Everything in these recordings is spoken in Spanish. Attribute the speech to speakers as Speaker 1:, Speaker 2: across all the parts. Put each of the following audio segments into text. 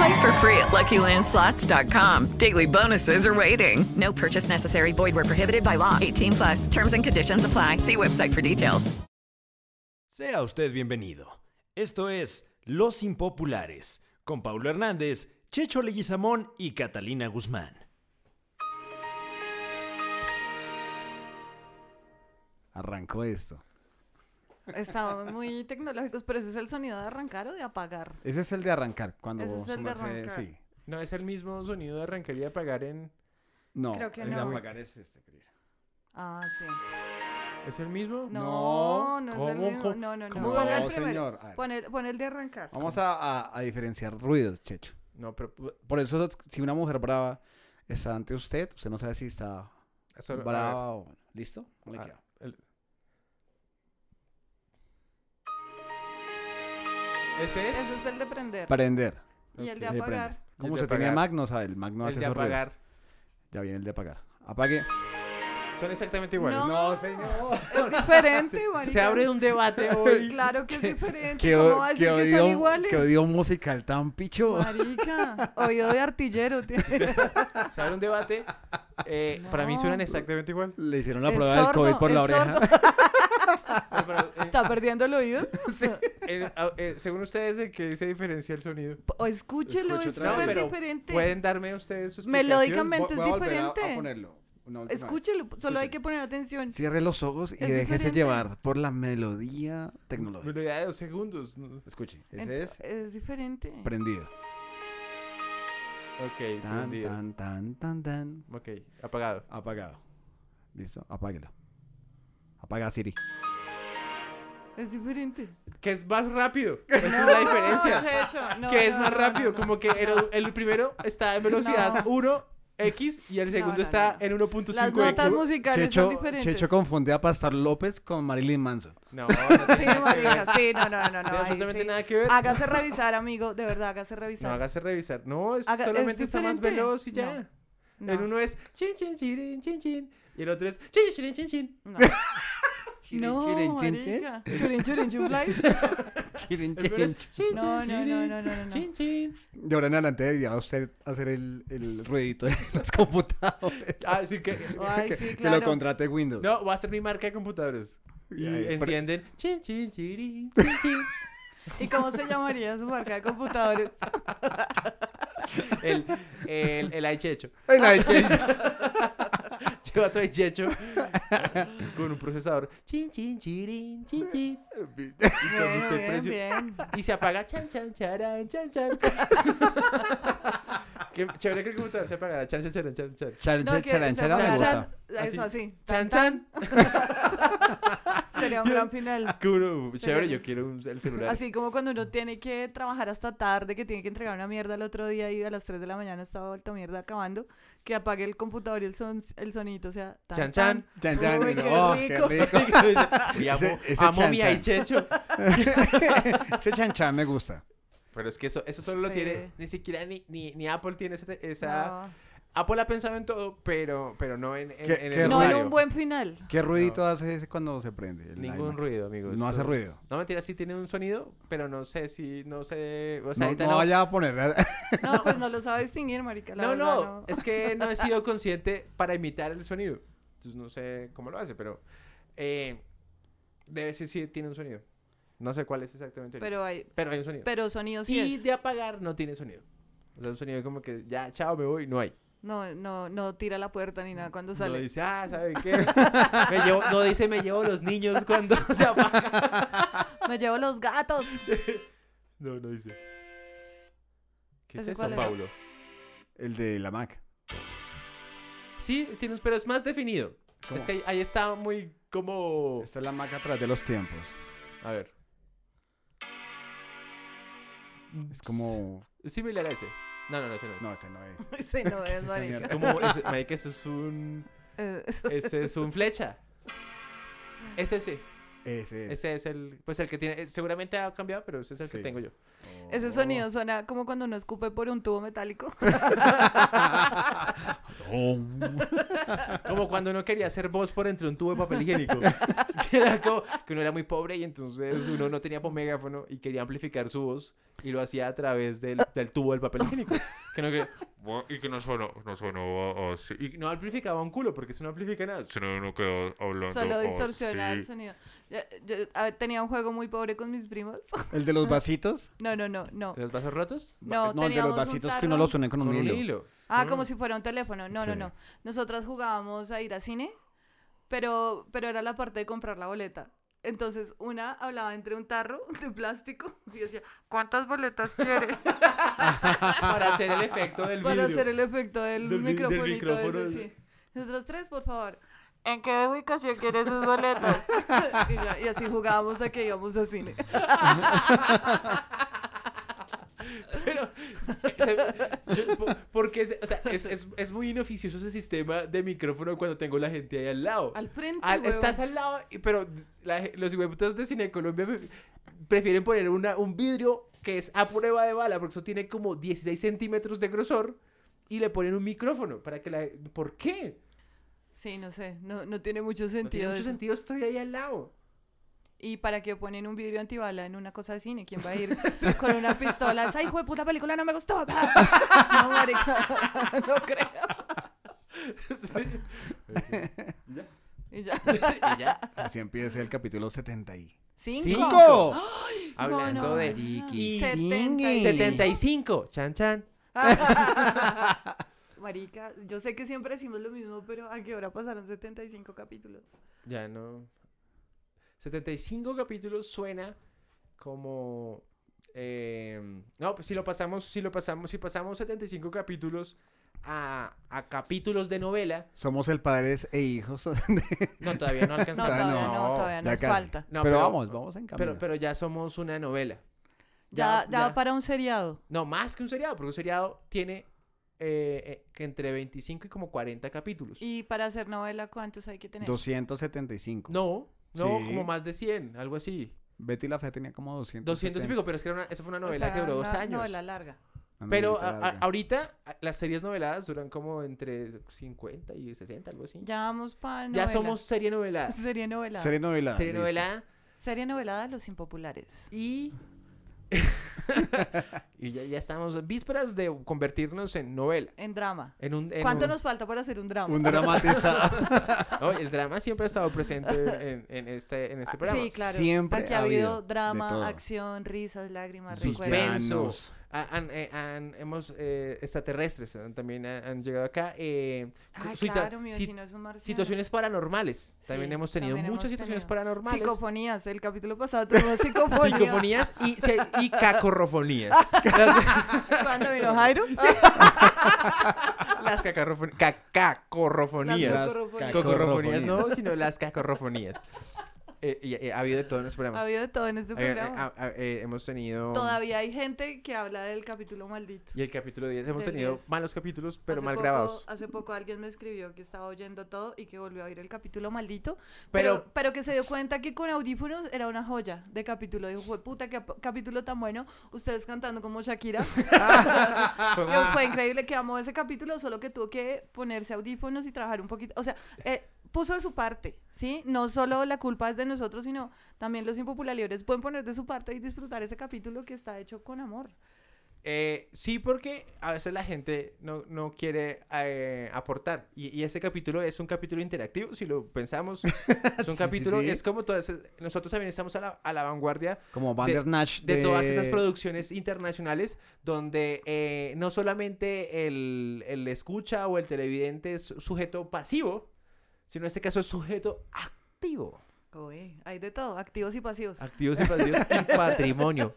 Speaker 1: Play for free at LuckyLandSlots.com. Daily bonuses are waiting. No purchase necessary. Void were prohibited by law. 18 plus. Terms and conditions apply. See website for details.
Speaker 2: Sea usted bienvenido. Esto es Los Impopulares, con Paulo Hernández, Checho Leguizamón y Catalina Guzmán.
Speaker 3: Arrancó esto.
Speaker 4: Estamos muy tecnológicos, pero ese es el sonido de arrancar o de apagar.
Speaker 3: Ese es el de arrancar. Cuando
Speaker 4: Ese es
Speaker 3: su
Speaker 4: el de
Speaker 3: merced-
Speaker 4: arrancar.
Speaker 3: sí.
Speaker 5: No es el mismo sonido de arrancar y apagar en.
Speaker 3: No,
Speaker 4: Creo que
Speaker 3: el de
Speaker 4: no.
Speaker 3: apagar es este. querida.
Speaker 4: Ah, sí.
Speaker 5: ¿Es el mismo?
Speaker 4: No, no, es el
Speaker 5: ¿Cómo?
Speaker 4: mismo. No, no, no.
Speaker 5: ¿Cómo?
Speaker 4: Pon el
Speaker 3: No,
Speaker 4: primero.
Speaker 3: señor. A ver.
Speaker 4: Pon el, pon el de arrancar.
Speaker 3: Vamos a, a- a diferenciar ruidos, Checho.
Speaker 5: No, pero.
Speaker 3: Por eso, si una mujer brava está ante usted, usted no sabe si está
Speaker 5: eso- a ver, Ah.
Speaker 3: brava o... ¿Listo? ¿Cómo le
Speaker 5: a-
Speaker 3: queda?
Speaker 5: el- Ese es.
Speaker 4: Ese es el de prender.
Speaker 3: Prender.
Speaker 4: Y el de
Speaker 3: Sí, prende.
Speaker 4: apagar.
Speaker 3: Como
Speaker 5: El de
Speaker 3: usted tenía
Speaker 5: apagar.
Speaker 3: Mac, no sabe. El Mac no
Speaker 5: el
Speaker 3: hace
Speaker 5: de
Speaker 3: esos ruidos.
Speaker 5: apagar.
Speaker 3: Ya viene el de apagar. Apague.
Speaker 5: Son exactamente iguales.
Speaker 4: No,
Speaker 3: señor.
Speaker 4: Es diferente, marica.
Speaker 5: Se abre un debate hoy.
Speaker 4: Claro que es diferente.
Speaker 3: Qué,
Speaker 4: ¿Cómo va a decir
Speaker 3: qué
Speaker 4: que son
Speaker 3: odio,
Speaker 4: iguales?
Speaker 3: qué odio musical tan picho.
Speaker 4: Marica. Oído de artillero. tiene.
Speaker 5: Se abre un debate. Eh, Para mí suenan exactamente igual.
Speaker 3: Le hicieron la
Speaker 4: Es
Speaker 3: prueba del
Speaker 4: sordo,
Speaker 3: COVID por
Speaker 4: es
Speaker 3: la oreja.
Speaker 4: sordo.
Speaker 5: Pero, pero, eh,
Speaker 4: Está perdiendo el oído.
Speaker 5: el- a- eh, según ustedes, ¿en qué se diferencia el sonido?
Speaker 4: O escúchelo,
Speaker 3: Escucho
Speaker 4: es
Speaker 3: otra vez.
Speaker 4: súper
Speaker 5: pero
Speaker 4: diferente.
Speaker 5: ¿Pueden darme ustedes sus
Speaker 4: Melódicamente. Exactamente,
Speaker 3: Voy- voy
Speaker 4: es
Speaker 3: a volver a-
Speaker 4: diferente.
Speaker 3: A, ponerlo. una última
Speaker 4: Escúchelo, solo hay
Speaker 3: Escúchelo.
Speaker 4: que poner atención.
Speaker 3: vez. Cierre los ojos y
Speaker 4: Es
Speaker 3: déjese
Speaker 4: diferente.
Speaker 3: llevar por la melodía tecnológica.
Speaker 5: Melodía de dos segundos. ¿no?
Speaker 3: Escuche, ese
Speaker 4: Ent-
Speaker 3: es
Speaker 4: diferente.
Speaker 3: prendido.
Speaker 5: Ok,
Speaker 3: Tan,
Speaker 5: entendido.
Speaker 3: tan, tan, tan, tan.
Speaker 5: Ok, apagado.
Speaker 3: Apagado. ¿Listo? Apáguelo. Apaga Siri.
Speaker 4: Es diferente.
Speaker 5: Que es más rápido. Esa Pues es la diferencia.
Speaker 4: Checho, no,
Speaker 5: que es
Speaker 4: no,
Speaker 5: más
Speaker 4: no,
Speaker 5: rápido.
Speaker 4: no,
Speaker 5: como que el, el primero está en velocidad 1x y el segundo
Speaker 4: no,
Speaker 5: está
Speaker 4: no.
Speaker 5: en 1.5x.
Speaker 4: Las notas musicales son diferentes.
Speaker 3: Checho confunde a Pastor López con Marilyn Manson.
Speaker 5: No, no tiene
Speaker 4: Sí,
Speaker 5: nada que
Speaker 4: marica,
Speaker 5: ver.
Speaker 4: sí, no, no, no, no.
Speaker 5: Tiene
Speaker 4: ahí
Speaker 5: absolutamente
Speaker 4: sí.
Speaker 5: nada que ver.
Speaker 4: Hágase revisar, amigo, de verdad, hágase
Speaker 5: No,
Speaker 4: revisar.
Speaker 5: hágase revisar. No, es
Speaker 4: Haga- es
Speaker 5: solamente está más
Speaker 4: diferente.
Speaker 5: veloz y ya.
Speaker 4: No,
Speaker 5: En uno es chin, chin, chirin, chin, chin. Y el otro es chin, chin, chirin, chin, chin.
Speaker 4: no.
Speaker 3: Chirin,
Speaker 4: No,
Speaker 3: chirin, chin, chin.
Speaker 4: marica. Churin, churin, chumblay.
Speaker 3: Chirin,
Speaker 5: El primero
Speaker 3: chirin.
Speaker 5: es chin,
Speaker 4: No, no,
Speaker 5: chin, chirin,
Speaker 4: no, no, no, no, no.
Speaker 5: chin, chin.
Speaker 3: De ahora en adelante debería usted hacer el, el ruidito de los computadores.
Speaker 5: Ah, sí que...
Speaker 4: Ay,
Speaker 3: que,
Speaker 4: sí,
Speaker 3: que lo
Speaker 4: claro.
Speaker 3: contrate Windows.
Speaker 5: No, va a ser mi marca de computadores. Y
Speaker 3: Ay, pero-
Speaker 5: encienden chin, chin, chirin, chin, chin.
Speaker 4: ¿Y cómo se llamaría su marca de computadores?
Speaker 5: El, el, el iChecho.
Speaker 3: Ay, la de-
Speaker 5: Lleva todo el checho con un procesador. Chin, chin, chirin, chin, chin.
Speaker 4: Bueno,
Speaker 5: usted
Speaker 4: bien,
Speaker 5: precio-
Speaker 4: bien.
Speaker 5: Y se apaga chan, chan, charan, chan, chan. Qué chévere que el computador se apagará. Chan, chan, charan, chan, chan.
Speaker 3: Charan,
Speaker 4: No,
Speaker 3: charan,
Speaker 4: que se
Speaker 3: charan, charan, me
Speaker 4: apagaran-
Speaker 3: gusta.
Speaker 4: Eso así.
Speaker 5: Ah, Chan,
Speaker 4: Tan,
Speaker 5: chan.
Speaker 4: tan. Sería un gran final.
Speaker 5: Que uno, uh, chévere, yo quiero un- el celular.
Speaker 4: Así como cuando uno tiene que trabajar hasta tarde, que tiene que entregar una mierda al otro día y a las 3 de la mañana estaba vuelta mierda acabando, que apague el computador y el, son, el sonito, o sea,
Speaker 5: Chan, chan.
Speaker 3: Chan, chan,
Speaker 4: Uy,
Speaker 3: no,
Speaker 4: qué
Speaker 3: oh,
Speaker 4: rico.
Speaker 5: Y amo,
Speaker 3: Ese- ese
Speaker 5: amo
Speaker 3: chan,
Speaker 5: mi
Speaker 3: chan.
Speaker 5: iChecho.
Speaker 3: Ese chan chan me gusta.
Speaker 5: Pero es que eso, eso solo lo
Speaker 4: Sí.
Speaker 5: tiene, ni siquiera ni, ni, ni Apple tiene esa... esa-
Speaker 4: No.
Speaker 5: Apple ha pensado en todo, pero, pero no en, en,
Speaker 3: Qué-
Speaker 5: en
Speaker 3: qué
Speaker 5: el
Speaker 3: ruido.
Speaker 4: No era
Speaker 5: usuario.
Speaker 4: un buen final.
Speaker 3: ¿Qué ruidito hace ese cuando se prende? el
Speaker 5: Ningún
Speaker 3: iMac?
Speaker 5: ruido, amigos.
Speaker 3: No hace
Speaker 5: Todos-
Speaker 3: ruido.
Speaker 5: No, mentira, sí tiene un sonido, pero no sé si, no sé, o sea,
Speaker 3: No,
Speaker 5: ahorita
Speaker 3: no
Speaker 5: no.
Speaker 3: vaya a poner.
Speaker 4: No, pues no lo sabe distinguir, marica. la
Speaker 5: no,
Speaker 4: verdad,
Speaker 5: no, es que no he sido consciente para imitar el sonido. Entonces no sé cómo lo hace, pero eh, debe ser si tiene un sonido. No sé cuál es exactamente. el-
Speaker 4: Pero hay,
Speaker 5: pero hay un sonido.
Speaker 4: pero sonido sí
Speaker 5: y
Speaker 4: es.
Speaker 5: de apagar no tiene sonido. O sea, un sonido como que ya, chao, me voy, no hay.
Speaker 4: No, no, no tira la puerta ni nada cuando
Speaker 5: No
Speaker 4: sale.
Speaker 5: dice, ah, ¿saben qué? Me llevo- no dice, me llevo los niños cuando se apaga.
Speaker 4: Me llevo los gatos.
Speaker 5: No, no dice. ¿Qué es
Speaker 4: ¿Ese
Speaker 5: eso,
Speaker 4: cuál es?
Speaker 5: Paulo?
Speaker 3: El de la Mac.
Speaker 5: Sí, tiene un- pero es más definido.
Speaker 3: ¿Cómo?
Speaker 5: Es que ahí, ahí está muy como...
Speaker 3: Esta es la Mac atrás de los tiempos.
Speaker 5: Oh. A ver.
Speaker 3: Es como.
Speaker 5: Es similar a ese. No, no, no, ese no es.
Speaker 3: No, ese no es.
Speaker 4: Ese no es,
Speaker 3: Esta
Speaker 4: marica.
Speaker 3: mierda.
Speaker 5: Como ese, marica, eso es un...
Speaker 4: Eh,
Speaker 5: Ese es un flecha. Ese sí.
Speaker 3: Ese es.
Speaker 5: Ese es el... Pues el que tiene... eh, Seguramente ha cambiado, pero ese es el que
Speaker 3: Sí.
Speaker 5: tengo yo.
Speaker 3: Oh.
Speaker 4: Ese sonido suena como cuando uno escupe por un tubo metálico.
Speaker 5: Como cuando uno quería hacer voz por entre un tubo de papel higiénico. que, era como, que uno era muy pobre y entonces uno no tenía por megáfono y quería amplificar su voz y lo hacía a través del, del tubo del papel higiénico. Que no quería-
Speaker 6: Y que no sonó, no sonó así.
Speaker 5: y no amplificaba un culo porque eso no amplifica nada.
Speaker 6: Sino uno quedó hablando
Speaker 4: Solo distorsiona el
Speaker 6: así.
Speaker 4: sonido. Yo, yo, a ver, tenía un juego muy pobre con mis primos.
Speaker 3: ¿El de los vasitos?
Speaker 4: No, no, no, no.
Speaker 5: ¿Los vasos rotos?
Speaker 4: No,
Speaker 3: Eh, el de los
Speaker 4: teníamos un
Speaker 3: vasitos que
Speaker 4: tarro.
Speaker 3: uno lo suena con
Speaker 5: Con
Speaker 3: un hilo.
Speaker 4: Ah, como si fuera un teléfono. No, no,
Speaker 3: Sí.
Speaker 4: no. Nosotras jugábamos a ir a cine, pero, pero era la parte de comprar la boleta. Entonces, una hablaba entre un tarro de plástico y decía, ¿cuántas boletas quiere?
Speaker 5: Para hacer el efecto del
Speaker 4: Para
Speaker 5: vidrio.
Speaker 4: hacer el efecto del,
Speaker 5: Del vi- del
Speaker 4: micrófono.
Speaker 5: micrófono.
Speaker 4: Nosotros tres, por favor. ¿En qué ubicación quieres sus boletos? y, ya- y así jugábamos a que íbamos a cine.
Speaker 5: Pero, se- yo- po- porque es, o sea, es, es- es muy inoficioso ese sistema de micrófono cuando tengo la gente ahí al lado.
Speaker 4: Al frente.
Speaker 5: Ah,
Speaker 4: huevón.
Speaker 5: estás al lado, y- pero la ge- los hueputas de Cine Colombia pre- prefieren poner una, un vidrio que es a prueba de bala, porque eso tiene como 16 centímetros de grosor, y le ponen un micrófono para que la... ¿Por qué?
Speaker 4: Sí, no sé. No, no tiene mucho
Speaker 5: No tiene
Speaker 4: sentido.
Speaker 5: mucho
Speaker 4: eso.
Speaker 5: sentido, estoy ahí al lado.
Speaker 4: ¿Y para qué ponen un vidrio antibala en una cosa de cine? ¿Quién va a ir con una pistola? ¡Ay, hijo de puta película no me gustó! no, marica, no creo. Y ya.
Speaker 3: Así empieza el capítulo 70 y...
Speaker 4: ¿Cinco?
Speaker 3: ¡Cinco!
Speaker 4: ¡Oh! Hablando no, de no.
Speaker 5: Ricky.
Speaker 4: Setenta y-
Speaker 5: 75. Chan, chan.
Speaker 4: Marica, yo sé que siempre decimos lo mismo, pero ¿a qué hora pasaron 75 capítulos?
Speaker 5: Ya no. 75 capítulos suena como. eh, no, pues si lo pasamos, si lo pasamos, si pasamos 75 capítulos a, a capítulos de novela,
Speaker 3: Somos el padres e hijos.
Speaker 5: no, todavía no
Speaker 4: No,
Speaker 5: alcanzamos.
Speaker 3: Todavía
Speaker 4: todavía
Speaker 3: no,
Speaker 4: no, todavía
Speaker 3: ya
Speaker 4: nos
Speaker 3: casi.
Speaker 4: falta.
Speaker 5: No,
Speaker 3: pero, vamos, vamos en camino.
Speaker 5: Pero, pero ya somos una novela.
Speaker 4: Ya, ya,
Speaker 5: ya.
Speaker 4: para un seriado.
Speaker 5: No, más que un seriado, porque un seriado tiene eh, eh, que entre 25 y como 40 capítulos.
Speaker 4: ¿Y para hacer novela cuántos hay que tener?
Speaker 3: 275.
Speaker 5: No, no,
Speaker 3: Sí.
Speaker 5: como más de 100, algo así.
Speaker 3: Betty la Fea tenía como 200.
Speaker 5: 200 y pico, pero es que era una- esa fue una
Speaker 4: O
Speaker 5: novela
Speaker 4: sea,
Speaker 5: que duró dos
Speaker 4: una
Speaker 5: años.
Speaker 4: novela larga.
Speaker 5: Pero a- a- ahorita a- las series noveladas duran como entre 50 y 60, algo así. Ya,
Speaker 4: Ya vamos para
Speaker 5: somos serie novelada.
Speaker 4: Serie novelada.
Speaker 3: Serie novela.
Speaker 5: Serie
Speaker 3: listo.
Speaker 5: novelada
Speaker 4: Serie novelada Los Impopulares.
Speaker 5: y... y ya, ya estamos vísperas de convertirnos en novela.
Speaker 4: En drama.
Speaker 5: En un, en
Speaker 4: ¿Cuánto
Speaker 5: un-
Speaker 4: nos falta para hacer un drama?
Speaker 3: Un dramatizado.
Speaker 5: No, el drama siempre ha estado presente en, en este, en este programa.
Speaker 4: Sí, claro.
Speaker 3: Siempre
Speaker 4: Aquí
Speaker 3: ha
Speaker 4: ha habido,
Speaker 3: habido de todo.
Speaker 4: drama, acción, risas, lágrimas,
Speaker 3: Sus
Speaker 4: recuerdos.
Speaker 5: Suspenso.
Speaker 3: villanos.
Speaker 5: Ha- han- eh, han- hemos eh, extraterrestres han- también han, han llegado acá. eh,
Speaker 4: Ay,
Speaker 5: suita-
Speaker 4: claro, mi
Speaker 5: si-
Speaker 4: vecino es un marciano.
Speaker 5: situaciones paranormales. también
Speaker 4: Sí,
Speaker 5: hemos tenido
Speaker 4: también
Speaker 5: muchas
Speaker 4: hemos
Speaker 5: situaciones
Speaker 4: tenido.
Speaker 5: paranormales.
Speaker 4: Psicofonías. El capítulo pasado tuvimos psicofonías.
Speaker 5: Psicofonías y, se- y cacorrofonías. Las,
Speaker 4: ¿Cuándo vino Jairo?
Speaker 5: las cacarrofon- ca- cacorrofonías.
Speaker 4: Las
Speaker 5: Cacorrofonías.
Speaker 4: cacorrofonías.
Speaker 5: no, sino las cacorrofonías. Eh, y, eh, ha habido de todo en los
Speaker 4: Ha
Speaker 5: programas.
Speaker 4: habido de todo en este
Speaker 5: Eh, eh,
Speaker 4: programa.
Speaker 5: ha- ha- eh, hemos tenido.
Speaker 4: Todavía hay gente que habla del capítulo maldito.
Speaker 5: Y el capítulo 10. Hemos
Speaker 4: Del
Speaker 5: tenido
Speaker 4: 10.
Speaker 5: malos capítulos, pero
Speaker 4: Hace
Speaker 5: mal
Speaker 4: poco-
Speaker 5: grabados.
Speaker 4: Hace poco alguien me escribió que estaba oyendo todo y que volvió a oír el capítulo maldito,
Speaker 5: Pero-
Speaker 4: pero, pero, que se dio cuenta que con audífonos era una joya de capítulo. Dijo, "Jue puta, qué ap- capítulo tan bueno. Ustedes cantando como Shakira.
Speaker 5: Fue-
Speaker 4: Yo, fue increíble que amó ese capítulo, solo que tuvo que ponerse audífonos y trabajar un poquito. O sea, eh, puso de su parte, ¿sí? No solo la culpa es de nosotros, sino también los impopulares pueden poner de su parte y disfrutar ese capítulo que está hecho con amor.
Speaker 5: Eh, sí, porque a veces la gente no, no quiere eh, aportar. Y, y ese capítulo es un capítulo interactivo, si lo pensamos. Es un
Speaker 3: Sí,
Speaker 5: capítulo,
Speaker 3: sí, sí.
Speaker 5: es como todas. esas- Nosotros también estamos a la, a la vanguardia
Speaker 3: Como Bandersnatch
Speaker 5: de,
Speaker 3: de-
Speaker 5: todas esas producciones internacionales donde eh, no solamente el, el escucha o el televidente es sujeto pasivo, sino en este caso es sujeto activo.
Speaker 4: Uy, hay de todo, activos y pasivos.
Speaker 5: Activos y pasivos y patrimonio.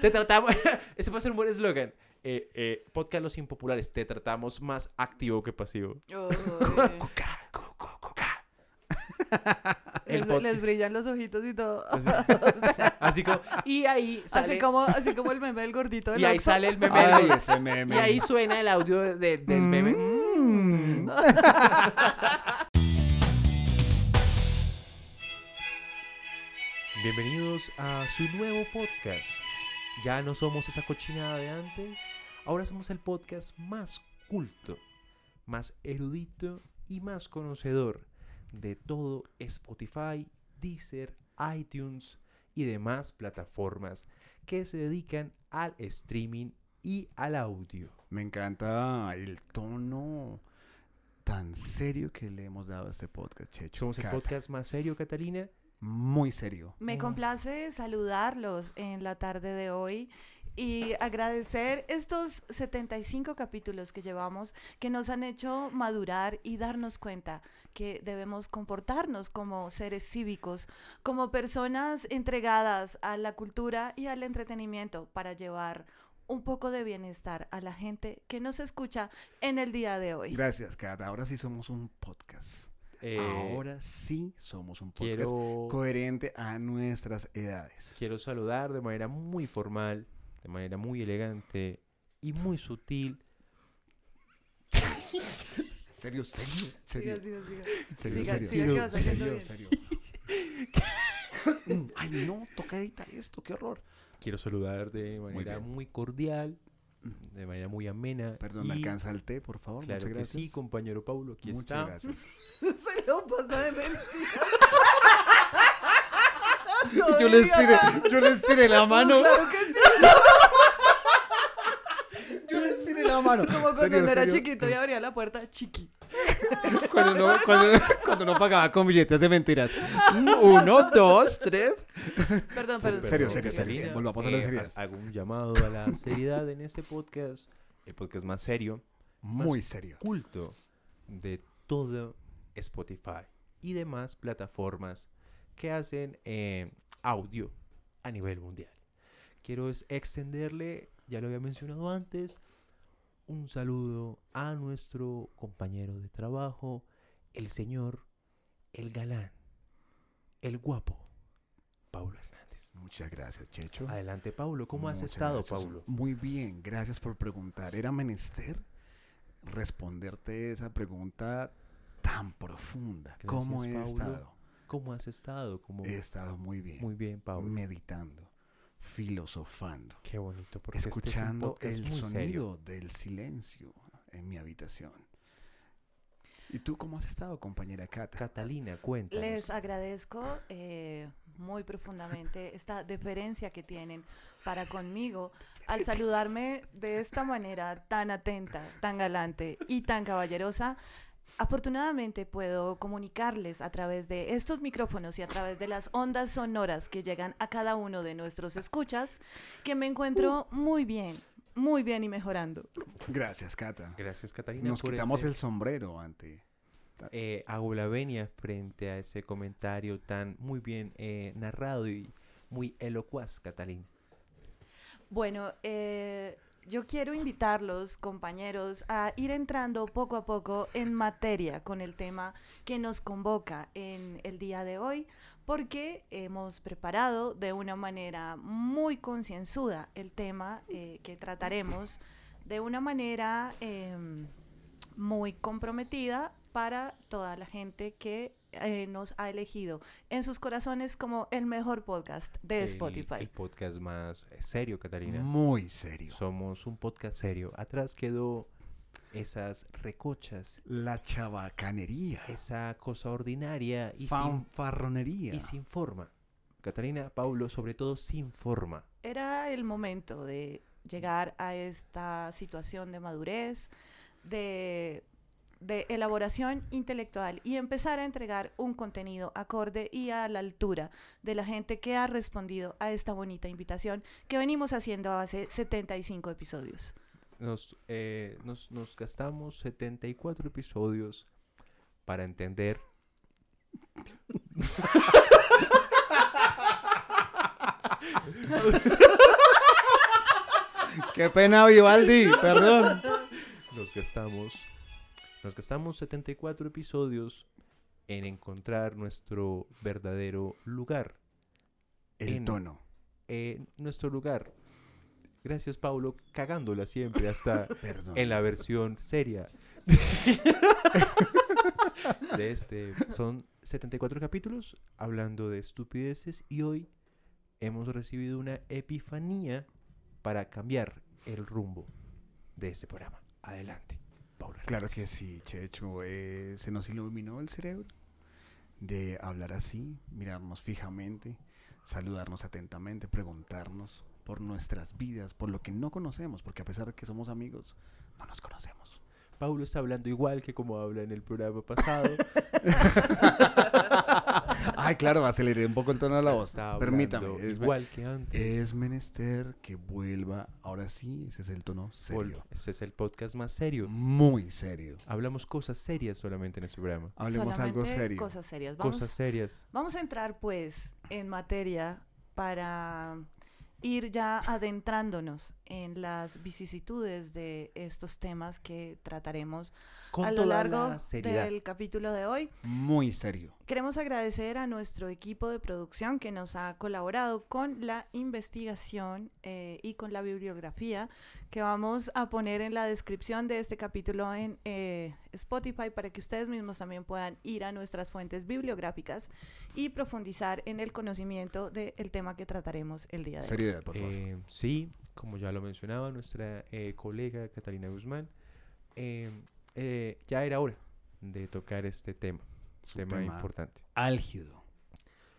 Speaker 5: Te tratamos. Ese puede ser un buen eslogan. Eh, eh, podcast Los Impopulares. Te tratamos más activo que pasivo.
Speaker 4: Uy.
Speaker 5: El
Speaker 4: les,
Speaker 5: pod-
Speaker 4: les brillan los ojitos y todo.
Speaker 5: Así como. Y ahí sale.
Speaker 4: así, como, así como el meme del gordito del
Speaker 5: y ahí
Speaker 4: Oxxo.
Speaker 5: sale el meme.
Speaker 3: Ay,
Speaker 5: del-
Speaker 3: ese meme.
Speaker 5: Y ahí suena el audio de- del meme.
Speaker 3: Mm.
Speaker 5: Bienvenidos a su nuevo podcast. Ya no somos esa cochinada de antes. Ahora somos el podcast más culto, más erudito y más conocedor de todo Spotify, Deezer, iTunes y demás plataformas que se dedican al streaming y al audio.
Speaker 3: Me encanta el tono tan serio que le hemos dado a este podcast, Checho.
Speaker 5: Somos el
Speaker 3: Cata.
Speaker 5: podcast más serio, Catalina.
Speaker 3: Muy serio.
Speaker 4: Me complace saludarlos en la tarde de hoy y agradecer estos 75 capítulos que llevamos que nos han hecho madurar y darnos cuenta que debemos comportarnos como seres cívicos, como personas entregadas a la cultura y al entretenimiento para llevar un poco de bienestar a la gente que nos escucha en el día de hoy.
Speaker 3: Gracias, Cata. Ahora sí somos un podcast.
Speaker 5: Eh,
Speaker 3: Ahora sí somos un podcast
Speaker 5: quiero-
Speaker 3: coherente a nuestras edades.
Speaker 5: Quiero saludar de manera muy formal, de manera muy elegante y muy sutil.
Speaker 3: Serio, serio, serio.
Speaker 4: Siga, siga, siga.
Speaker 3: Serio,
Speaker 4: Siga,
Speaker 3: serio.
Speaker 4: siga, que vas haciendo
Speaker 3: serio, serio.
Speaker 4: bien.
Speaker 3: Mm, Ay, no, toca editar esto, qué horror.
Speaker 5: Quiero saludar de manera
Speaker 3: bien.
Speaker 5: muy, cordial, de manera muy amena.
Speaker 3: Perdón,
Speaker 5: y-
Speaker 3: ¿me alcanza el té, por favor?
Speaker 5: Claro
Speaker 3: Muchas
Speaker 5: que
Speaker 3: gracias.
Speaker 5: sí, compañero Paulo. Aquí
Speaker 3: Muchas
Speaker 5: está.
Speaker 3: gracias.
Speaker 4: Se lo pasa de mentira.
Speaker 3: Yo les tiré, yo les tiré la mano.
Speaker 4: ah, Claro que sí.
Speaker 3: Yo les tiré la mano.
Speaker 4: Como cuando
Speaker 3: Serio,
Speaker 4: uno era
Speaker 3: serio.
Speaker 4: chiquito y abría la puerta, chiqui.
Speaker 3: Cuando no, cuando, cuando no pagaba con billetes de mentiras. Uno, dos, tres.
Speaker 4: Perdón,
Speaker 3: Serio,
Speaker 4: perdón.
Speaker 5: Pero,
Speaker 3: serio, serio.
Speaker 5: Catalina,
Speaker 3: Volvamos a la
Speaker 5: eh,
Speaker 3: seriedad.
Speaker 5: ha- Hago un llamado a la seriedad en este podcast, el podcast más serio,
Speaker 3: Muy serio.
Speaker 5: culto de todo Spotify y demás plataformas que hacen eh, audio a nivel mundial. Quiero es extenderle, ya lo había mencionado antes, un saludo a nuestro compañero de trabajo, el señor, el galán, el guapo, Paulo Hernández.
Speaker 3: Muchas gracias, Checho.
Speaker 5: Adelante, Paulo. ¿Cómo has
Speaker 3: Muchas
Speaker 5: estado,
Speaker 3: gracias.
Speaker 5: Paulo?
Speaker 3: Muy bien, gracias por preguntar. Era menester responderte esa pregunta tan profunda. ¿Cómo he
Speaker 5: Gracias, Paulo.
Speaker 3: estado?
Speaker 5: ¿Cómo has estado? ¿Cómo-
Speaker 3: He estado muy bien.
Speaker 5: Muy bien, Paulo.
Speaker 3: meditando, filosofando,
Speaker 5: Qué bonito, porque este es un
Speaker 3: escuchando
Speaker 5: podcast
Speaker 3: el
Speaker 5: muy serio.
Speaker 3: sonido del silencio en mi habitación. ¿Y tú cómo has estado, compañera Cata?
Speaker 5: Catalina, cuéntanos.
Speaker 4: Les agradezco eh, muy profundamente esta deferencia que tienen para conmigo al saludarme de esta manera tan atenta, tan galante y tan caballerosa. Afortunadamente puedo comunicarles a través de estos micrófonos y a través de las ondas sonoras que llegan a cada uno de nuestros escuchas que me encuentro muy bien, muy bien y mejorando.
Speaker 3: Gracias, Cata.
Speaker 5: Gracias, Catalina.
Speaker 3: Nos
Speaker 5: por
Speaker 3: quitamos
Speaker 5: ese,
Speaker 3: el sombrero ante
Speaker 5: eh, agoblavenia frente a ese comentario tan muy bien eh, narrado y muy elocuaz, Catalina.
Speaker 4: Bueno, eh, yo quiero invitarlos, compañeros, a ir entrando poco a poco en materia con el tema que nos convoca en el día de hoy, porque hemos preparado de una manera muy concienzuda el tema eh, que trataremos de una manera em, muy comprometida para toda la gente que eh, nos ha elegido en sus corazones como el mejor podcast de
Speaker 5: El-
Speaker 4: Spotify.
Speaker 5: El podcast más eh, serio, Catalina.
Speaker 3: muy serio.
Speaker 5: Somos un podcast serio. Atrás quedó esas recochas,
Speaker 3: La chabacanería.
Speaker 5: esa cosa ordinaria Eh, y, sin,
Speaker 3: fanfarronería.
Speaker 5: y sin forma. Catalina, Paulo, sobre todo sin forma.
Speaker 4: era el momento de llegar a esta situación de madurez, de, de elaboración intelectual y empezar a entregar un contenido acorde y a la altura de la gente que ha respondido a esta bonita invitación que venimos haciendo hace 75 episodios.
Speaker 5: Nos, eh, nos, nos gastamos 74 episodios para entender.
Speaker 3: Qué pena, Vivaldi, perdón.
Speaker 5: Nos gastamos. Nos gastamos 74 episodios en encontrar nuestro verdadero lugar.
Speaker 3: El
Speaker 5: en-
Speaker 3: tono.
Speaker 5: en nuestro lugar. Gracias, Paulo, cagándola siempre hasta
Speaker 3: Perdón.
Speaker 5: en la versión seria de este. Son 74 capítulos hablando de estupideces y hoy hemos recibido una epifanía para cambiar el rumbo de este programa. Adelante, Paulo.
Speaker 3: Claro que
Speaker 5: Hernández.
Speaker 3: sí, Checho. eh, se nos iluminó el cerebro de hablar así, mirarnos fijamente, saludarnos atentamente, preguntarnos por nuestras vidas, por lo que no conocemos, porque a pesar de que somos amigos, no nos conocemos.
Speaker 5: Paulo está hablando igual que como habla en el programa pasado.
Speaker 3: Ay, claro, aceleré un poco el tono de la voz.
Speaker 5: Está
Speaker 3: Permítame.
Speaker 5: hablando
Speaker 3: Es, me-
Speaker 5: igual que antes.
Speaker 3: es menester que vuelva. Ahora sí, ese es el tono
Speaker 5: Paulo,
Speaker 3: serio.
Speaker 5: Este es el podcast más serio.
Speaker 3: Muy serio.
Speaker 5: Hablamos cosas serias solamente en este programa.
Speaker 3: Hablemos algo
Speaker 4: Solamente
Speaker 3: serio.
Speaker 4: Cosas serias. Vamos,
Speaker 5: Cosas serias.
Speaker 4: Vamos a entrar pues en materia para ir ya adentrándonos en las vicisitudes de estos temas que trataremos
Speaker 5: Con
Speaker 4: a lo
Speaker 5: toda
Speaker 4: largo
Speaker 5: la seriedad.
Speaker 4: del capítulo de hoy.
Speaker 3: Muy serio.
Speaker 4: Queremos agradecer a nuestro equipo de producción que nos ha colaborado con la investigación eh, y con la bibliografía que vamos a poner en la descripción de este capítulo en eh, Spotify para que ustedes mismos también puedan ir a nuestras fuentes bibliográficas y profundizar en el conocimiento del tema que trataremos el día de hoy.
Speaker 3: Seriedad, por favor.
Speaker 5: Eh, sí, como ya lo mencionaba nuestra eh, colega Catalina Guzmán, eh, eh, ya era hora de tocar este tema,
Speaker 3: Es un
Speaker 5: tema,
Speaker 3: tema
Speaker 5: importante.
Speaker 3: Álgido.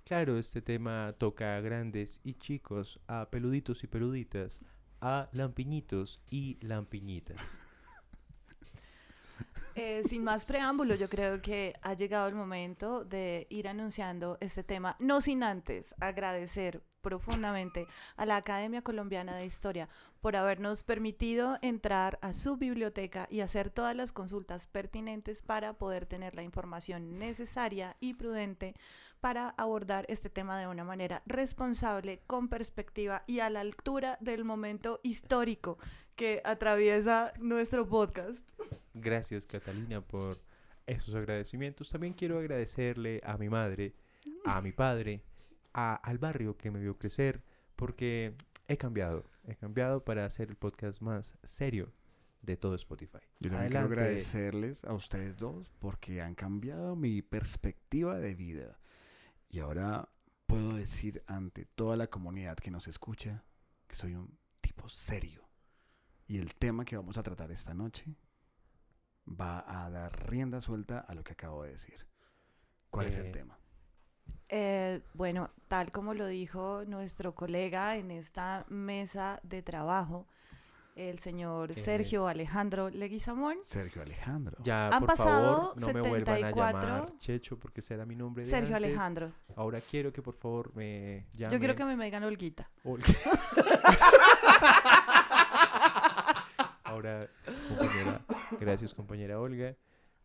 Speaker 5: Claro, este tema toca a grandes y chicos, a peluditos y peluditas, a lampiñitos y lampiñitas.
Speaker 4: Eh, sin más preámbulo, yo creo que ha llegado el momento de ir anunciando este tema, no sin antes agradecer profundamente a la Academia Colombiana de Historia por habernos permitido entrar a su biblioteca y hacer todas las consultas pertinentes para poder tener la información necesaria y prudente para abordar este tema de una manera responsable, con perspectiva y a la altura del momento histórico que atraviesa nuestro podcast.
Speaker 5: Gracias Catalina por esos agradecimientos. También quiero agradecerle a mi madre, a mi padre, a- al barrio que me vio crecer, porque he cambiado, he cambiado para hacer el podcast más serio de todo Spotify.
Speaker 3: Yo también quiero
Speaker 5: Adelante.
Speaker 3: agradecerles a ustedes dos porque han cambiado mi perspectiva de vida. Y ahora puedo decir ante toda la comunidad que nos escucha que soy un tipo serio. Y el tema que vamos a tratar esta noche va a dar rienda suelta a lo que acabo de decir. ¿Cuál es
Speaker 5: Eh,
Speaker 3: el tema?
Speaker 4: Eh, bueno, tal como lo dijo nuestro colega en esta mesa de trabajo, el señor
Speaker 5: Eh,
Speaker 4: Sergio Alejandro Leguizamón.
Speaker 3: Sergio Alejandro.
Speaker 5: Ya,
Speaker 4: Han
Speaker 5: por
Speaker 4: pasado
Speaker 5: favor, no me vuelvan a
Speaker 4: 74.
Speaker 5: llamar Checho porque será mi nombre de
Speaker 4: Sergio
Speaker 5: antes.
Speaker 4: Alejandro.
Speaker 5: Ahora quiero que por favor me llamen.
Speaker 4: Yo quiero que me digan Olguita.
Speaker 5: Olga. Ahora, compañera, gracias compañera Olga,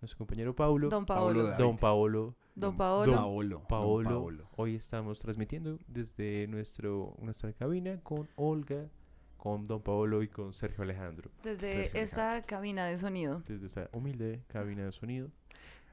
Speaker 5: nuestro compañero Paulo,
Speaker 4: Don Paolo.
Speaker 3: David.
Speaker 5: Don Paolo,
Speaker 4: Don Paolo.
Speaker 3: Don Paolo. Don
Speaker 5: Paolo.
Speaker 3: Paolo.
Speaker 5: Hoy estamos transmitiendo desde nuestro, nuestra cabina con Olga, con Don Paolo y con Sergio Alejandro,
Speaker 4: Desde
Speaker 3: Sergio
Speaker 4: esta cabina de sonido.
Speaker 5: desde esta humilde cabina de sonido.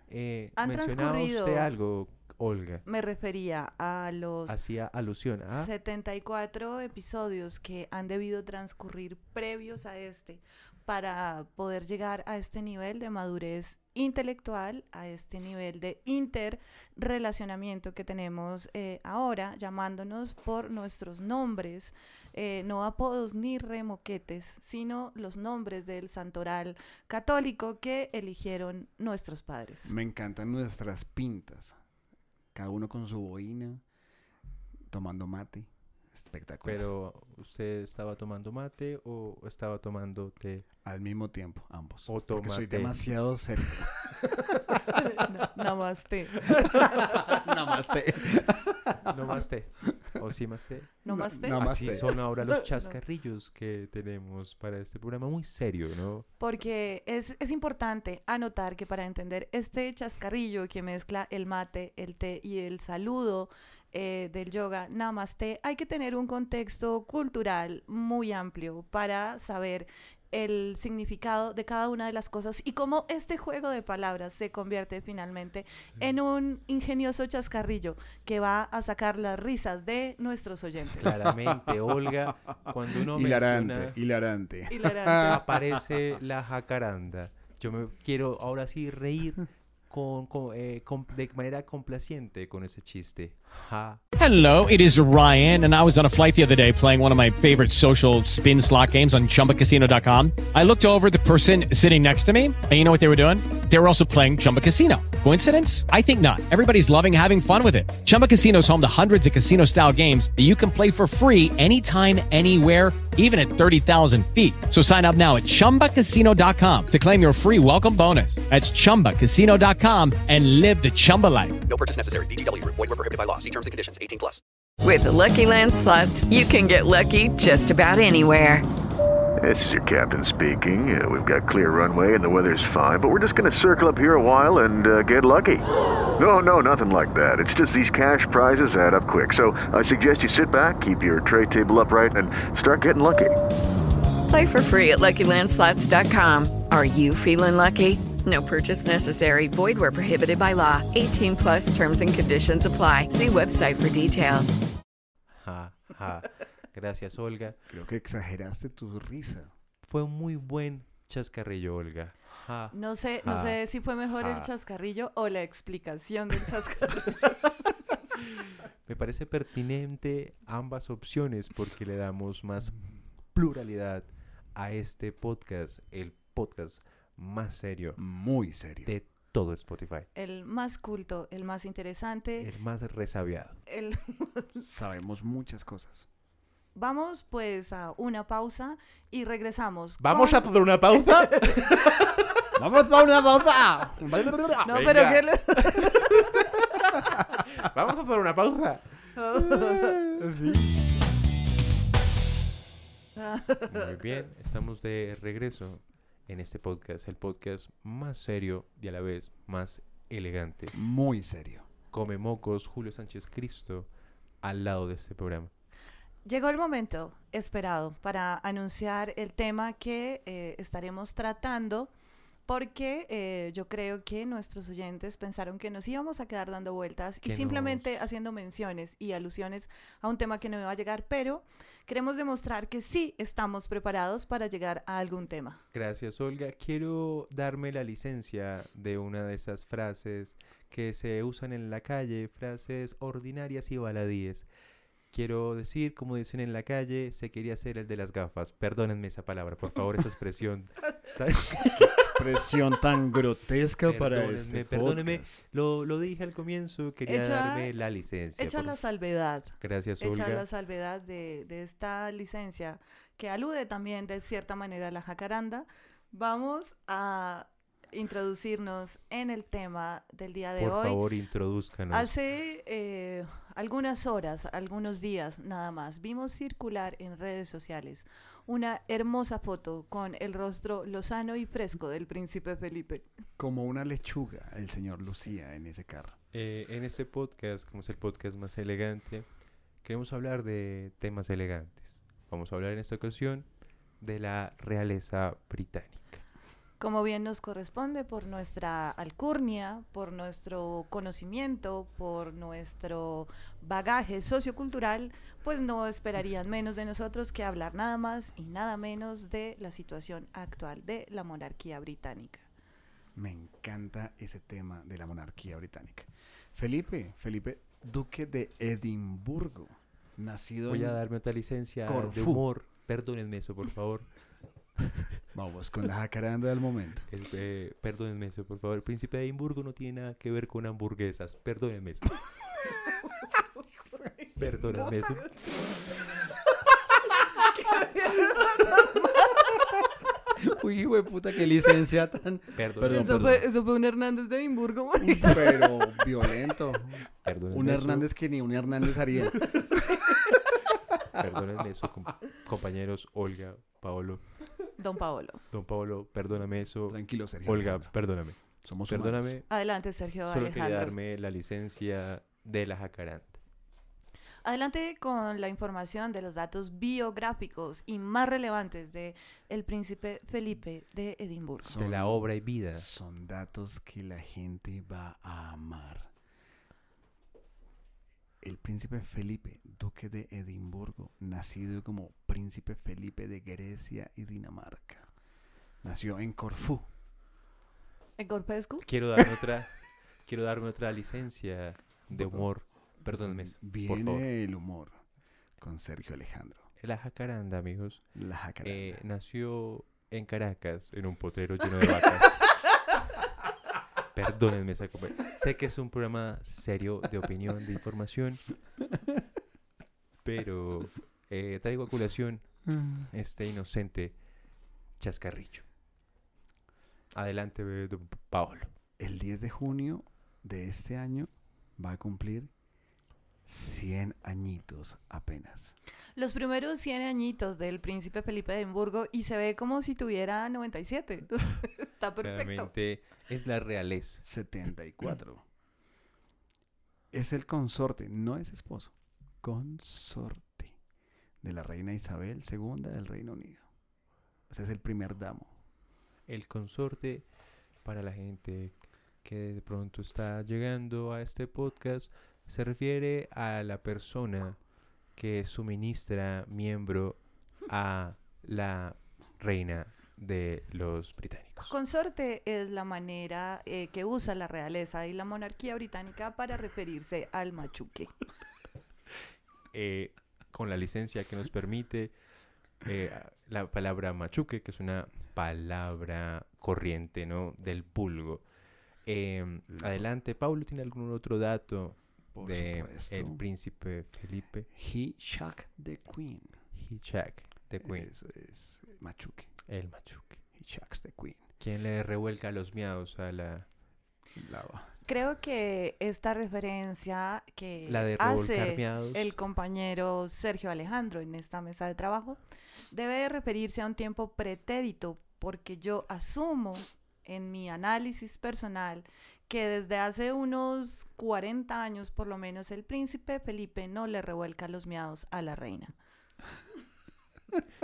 Speaker 5: Eh,
Speaker 4: Han
Speaker 5: mencionaba usted
Speaker 4: transcurrido-
Speaker 5: algo, Olga,
Speaker 4: Me refería a los
Speaker 5: hacía alusión ¿ah?
Speaker 3: ¿Ah?
Speaker 5: a...
Speaker 4: 74 episodios que han debido transcurrir previos a este para poder llegar a este nivel de madurez intelectual, a este nivel de interrelacionamiento que tenemos eh, ahora, llamándonos por nuestros nombres, eh, no apodos ni remoquetes, sino los nombres del santoral católico que eligieron nuestros padres.
Speaker 3: Me encantan nuestras pintas. Cada uno con su boina, tomando mate. Espectacular.
Speaker 5: Pero usted estaba tomando mate o estaba tomando té.
Speaker 3: Al mismo tiempo, ambos.
Speaker 5: O
Speaker 3: Porque soy
Speaker 5: tomate.
Speaker 3: demasiado serio.
Speaker 4: No, namaste.
Speaker 3: Namaste.
Speaker 5: No más té. O sí más té.
Speaker 4: Namaste.
Speaker 3: No,
Speaker 5: Así
Speaker 3: té.
Speaker 5: son ahora
Speaker 4: No,
Speaker 5: los
Speaker 4: no.
Speaker 5: chascarrillos que tenemos para este programa muy serio, ¿no?
Speaker 4: Porque es, es importante anotar que para entender este chascarrillo que mezcla el mate, el té y el saludo eh, del yoga namaste, hay que tener un contexto cultural muy amplio para saber el significado de cada una de las cosas y cómo este juego de palabras se convierte finalmente
Speaker 5: Mm.
Speaker 4: en un ingenioso chascarrillo que va a sacar las risas de nuestros oyentes.
Speaker 5: Claramente, Olga, cuando uno
Speaker 3: hilarante,
Speaker 5: menciona
Speaker 3: hilarante.
Speaker 4: Hilarante.
Speaker 5: aparece la jacaranda. Yo me quiero ahora sí reír con, con- eh, con- de manera complaciente con ese chiste. Ja.
Speaker 7: Hello, it is Ryan, and I was on a flight the other day playing one of my favorite social spin slot games on chumbacasino.com. I looked over at the person sitting next to me, and you know what they were doing? They were also playing Chumba Casino. Coincidence? I think not. Everybody's loving having fun with it. Chumba Casino is home to hundreds of casino style games that you can play for free anytime, anywhere, even at 30,000 feet. So sign up now at chumbacasino.com to claim your free welcome bonus. That's chumbacasino.com and live the Chumba life.
Speaker 1: With the Lucky Land slots, you can get lucky just about anywhere.
Speaker 8: This is your captain speaking. Uh, we've got clear runway and the weather's fine, but we're just going to circle up here a while and uh, get lucky. No, no, nothing like that. It's just these cash prizes add up quick. So I suggest you sit back, keep your tray table upright, and start getting lucky.
Speaker 1: Play for free at LuckyLandSlots.com. Are you feeling lucky? No purchase necessary. Void where prohibited by law. 18 plus terms and conditions apply. See website for details.
Speaker 5: Ja, ja. Gracias, Olga.
Speaker 3: Creo que exageraste tu risa.
Speaker 5: Fue un muy buen chascarrillo, Olga. Ja,
Speaker 4: No sé, no
Speaker 5: ja.
Speaker 4: sé si fue mejor
Speaker 5: ah.
Speaker 4: el chascarrillo o la explicación del chascarrillo.
Speaker 5: Me parece pertinente ambas opciones porque le damos más pluralidad a este podcast, el podcast más serio
Speaker 3: Muy serio.
Speaker 5: de todo Spotify,
Speaker 4: El más culto, el más interesante,
Speaker 5: el más resabiado.
Speaker 4: el...
Speaker 3: Sabemos muchas cosas.
Speaker 4: Vamos pues a una pausa y regresamos.
Speaker 5: Vamos a
Speaker 4: con-
Speaker 5: poner una pausa.
Speaker 3: ¡Vamos a una pausa!
Speaker 4: No,
Speaker 5: Venga.
Speaker 4: pero que... lo-
Speaker 5: Vamos a poner una pausa. Muy bien, estamos de regreso en este podcast, el podcast más serio y a la vez más elegante.
Speaker 3: Muy serio.
Speaker 5: Come mocos, Julio Sánchez Cristo, al lado de este programa.
Speaker 4: Llegó el momento esperado para anunciar el tema que eh, estaremos tratando porque eh, yo creo que nuestros oyentes pensaron que nos íbamos a quedar dando vueltas y
Speaker 5: Que
Speaker 4: simplemente haciendo menciones y alusiones a un tema que no iba a llegar, pero queremos demostrar que sí estamos preparados para llegar a algún tema.
Speaker 5: Gracias, Olga. Quiero darme la licencia de una de esas frases que se usan en la calle, frases ordinarias y baladíes. Quiero decir, como dicen en la calle, se quería hacer el de las gafas. Perdónenme esa palabra, por favor, esa expresión.
Speaker 3: Expresión tan grotesca para
Speaker 5: Perdónenme,
Speaker 3: este
Speaker 5: perdónenme.
Speaker 3: podcast.
Speaker 5: Lo, lo dije al comienzo, quería
Speaker 4: Hecha-
Speaker 5: darme la licencia.
Speaker 4: Hecha
Speaker 5: por-
Speaker 4: la salvedad.
Speaker 5: Gracias,
Speaker 4: Hecha la
Speaker 5: Olga.
Speaker 4: salvedad de, de esta licencia, que alude también de cierta manera a la jacaranda, vamos a introducirnos en el tema del día de
Speaker 5: Por
Speaker 4: hoy.
Speaker 5: favor, introduzcanos.
Speaker 4: Hace eh, algunas horas, algunos días nada más, vimos circular en redes sociales una hermosa foto con el rostro lozano y fresco del príncipe Felipe.
Speaker 3: Como una lechuga, el señor Lucía en ese carro.
Speaker 5: Eh, en este podcast, como es el podcast más elegante, queremos hablar de temas elegantes. Vamos a hablar en esta ocasión de la realeza británica.
Speaker 4: Como bien nos corresponde por nuestra alcurnia, por nuestro conocimiento, por nuestro bagaje sociocultural, pues no esperarían menos de nosotros que hablar nada más y nada menos de la situación actual de la monarquía británica.
Speaker 3: Me encanta ese tema de la monarquía británica. Felipe, Felipe, duque de Edimburgo, nacido
Speaker 5: Voy a
Speaker 3: en-
Speaker 5: darme otra licencia de
Speaker 3: Corfú.
Speaker 5: humor. Perdónenme eso, por favor.
Speaker 3: Vamos con la jacaranda del momento.
Speaker 5: El, eh, perdónenme eso, por favor. El príncipe de Edimburgo no tiene nada que ver con hamburguesas. Perdónenme eso. perdónenme eso.
Speaker 3: Uy, güey, puta, qué licencia tan.
Speaker 5: Perdón.
Speaker 3: perdón,
Speaker 4: eso, Fue, eso fue un Hernández de Edimburgo, marica.
Speaker 3: Pero violento. un
Speaker 5: su-
Speaker 3: Hernández que ni un Hernández haría.
Speaker 5: Perdónenme eso, com- compañeros Olga, Paolo.
Speaker 4: Don Paolo.
Speaker 5: Don Paolo, perdóname eso.
Speaker 3: Tranquilo, Sergio
Speaker 5: Olga,
Speaker 3: Alejandro.
Speaker 5: perdóname.
Speaker 3: Somos
Speaker 5: Perdóname.
Speaker 3: humanos.
Speaker 4: Adelante, Sergio
Speaker 5: Solo quería
Speaker 4: Alejandro.
Speaker 5: darme la licencia de la jacaranda.
Speaker 4: Adelante con la información de los datos biográficos y más relevantes de el príncipe Felipe de Edimburgo.
Speaker 5: De la obra y vida.
Speaker 3: Son datos que la gente va a amar. El príncipe Felipe, duque de Edimburgo, nacido como príncipe Felipe de Grecia y Dinamarca. Nació en Corfú.
Speaker 4: ¿El Corpescu?
Speaker 5: Quiero darme otra, quiero darme otra licencia de humor. Perdónenme eso, por favor.
Speaker 3: Viene el humor con Sergio Alejandro.
Speaker 5: La jacaranda, amigos.
Speaker 3: La jacaranda.
Speaker 5: eh, nació en Caracas, en un potrero lleno de vacas. Perdónenme esa copa. Sé que es un programa serio de opinión, de información, pero eh, traigo a colación este inocente chascarrillo. Adelante, bebé, don Paolo.
Speaker 3: El 10 de junio de este año va a cumplir 100 añitos apenas.
Speaker 4: Los primeros 100 añitos del príncipe Felipe de Edimburgo y se ve como si tuviera 97. Está perfecto.
Speaker 5: Claramente es la realeza.
Speaker 3: 74. Es el consorte, no es esposo, consorte de la reina Isabel II del Reino Unido. O sea, es el primer damo.
Speaker 5: El consorte para la gente que de pronto está llegando a este podcast se refiere a la persona que suministra miembro a la reina de los británicos.
Speaker 4: Consorte es la manera eh, que usa la realeza y la monarquía británica para referirse al machuque.
Speaker 5: Eh, con la licencia que nos permite eh, la palabra machuque, que es una palabra corriente, ¿no? Del vulgo. Eh, adelante, Paulo, ¿tiene algún otro dato
Speaker 3: Por
Speaker 5: de
Speaker 3: supuesto.
Speaker 5: el príncipe Felipe?
Speaker 3: He shock the queen.
Speaker 5: He Jack the Queen,
Speaker 3: Eso es machuque.
Speaker 5: el machuque.
Speaker 3: He shocks the queen.
Speaker 5: Quien le revuelca los miados a la...
Speaker 3: Lava.
Speaker 4: Creo que esta referencia que
Speaker 5: La de revolcar
Speaker 4: hace
Speaker 5: miados.
Speaker 4: el compañero Sergio Alejandro en esta mesa de trabajo debe referirse a un tiempo pretérito, porque yo asumo en mi análisis personal que desde hace unos 40 años por lo menos el príncipe Felipe no le revuelca los miados a la reina.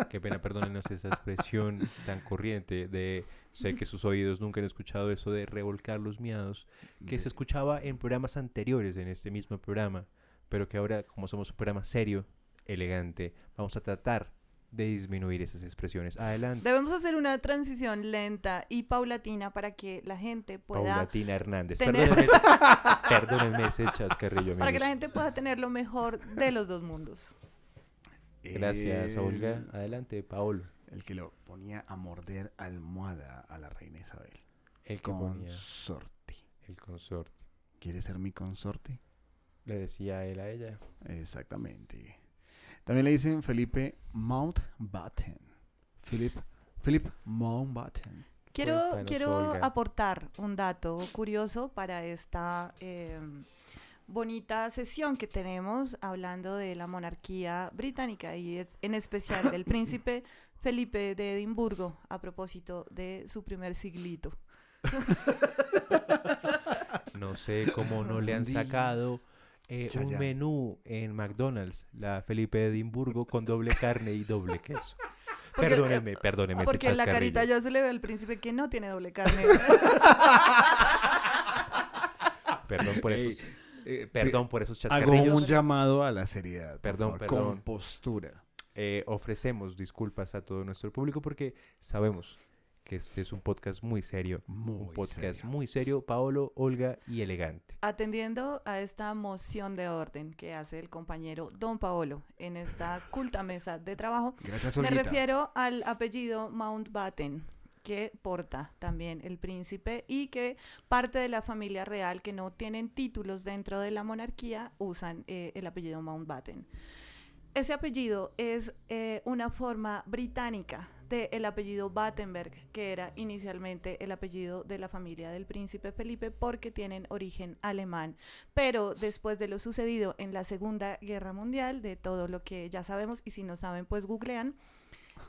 Speaker 5: Qué pena, perdónenos esa expresión tan corriente de... Sé que sus oídos nunca han escuchado eso de revolcar los miados, que se escuchaba en programas anteriores, en este mismo programa, pero que ahora, como somos un programa serio, elegante, vamos a tratar de disminuir esas expresiones. Adelante,
Speaker 4: Debemos hacer una transición lenta y paulatina para que la gente pueda
Speaker 5: Paulatina Hernández.
Speaker 4: tener-
Speaker 5: Perdónenme, ese- perdónenme ese chascarrillo,
Speaker 4: para que la
Speaker 5: amigos.
Speaker 4: gente pueda tener lo mejor de los dos mundos.
Speaker 5: Gracias, Olga.
Speaker 3: El-
Speaker 5: Adelante, Paolo.
Speaker 3: El que lo ponía a morder almohada a la reina Isabel.
Speaker 5: El que ponía
Speaker 3: Consorte.
Speaker 5: el consorte.
Speaker 3: ¿Quieres ser mi consorte?
Speaker 5: Le decía él a ella.
Speaker 3: Exactamente. También le dicen Felipe Mountbatten. Philip, Philip Mountbatten.
Speaker 4: Quiero,
Speaker 3: Cuéntanos,
Speaker 4: quiero
Speaker 3: Olga.
Speaker 4: aportar un dato curioso para esta eh, bonita sesión que tenemos hablando de la monarquía británica y es- en especial del príncipe Felipe de Edimburgo a propósito de su primer siglito.
Speaker 5: No sé cómo no le han
Speaker 3: Di-
Speaker 5: sacado eh,
Speaker 3: Ya,
Speaker 5: un
Speaker 3: ya.
Speaker 5: menú en McDonald's, la Felipe de Edimburgo, con doble carne y doble queso.
Speaker 3: eh,
Speaker 5: Perdónenme, perdónenme. ese
Speaker 4: Ah, Porque en la
Speaker 5: chascarrillo.
Speaker 4: carita ya se le ve al príncipe que no tiene doble carne.
Speaker 5: Perdón por
Speaker 3: Ey,
Speaker 5: esos.
Speaker 3: eh,
Speaker 5: perdón por esos
Speaker 3: Hago un
Speaker 5: chascarrillos.
Speaker 3: llamado a la seriedad. por
Speaker 5: Perdón,
Speaker 3: favor,
Speaker 5: perdón.
Speaker 3: Con postura.
Speaker 5: Eh, ofrecemos disculpas a todo nuestro público porque sabemos que este es un podcast muy serio. un
Speaker 3: Muy
Speaker 5: podcast
Speaker 3: serio.
Speaker 5: muy serio, Paolo, Olga y elegante.
Speaker 4: Atendiendo a esta moción de orden que hace el compañero Don Paolo en esta culta mesa de trabajo,
Speaker 3: Gracias,
Speaker 4: Me
Speaker 3: Olguita.
Speaker 4: refiero al apellido Mountbatten, que porta también el príncipe y que parte de la familia real que no tienen títulos dentro de la monarquía usan eh, el apellido Mountbatten. Ese apellido es eh, una forma británica del apellido Battenberg, que era inicialmente el apellido de la familia del príncipe Felipe porque tienen origen alemán. Pero después de lo sucedido en la Segunda Guerra Mundial, de todo lo que ya sabemos, y si no saben, pues googlean,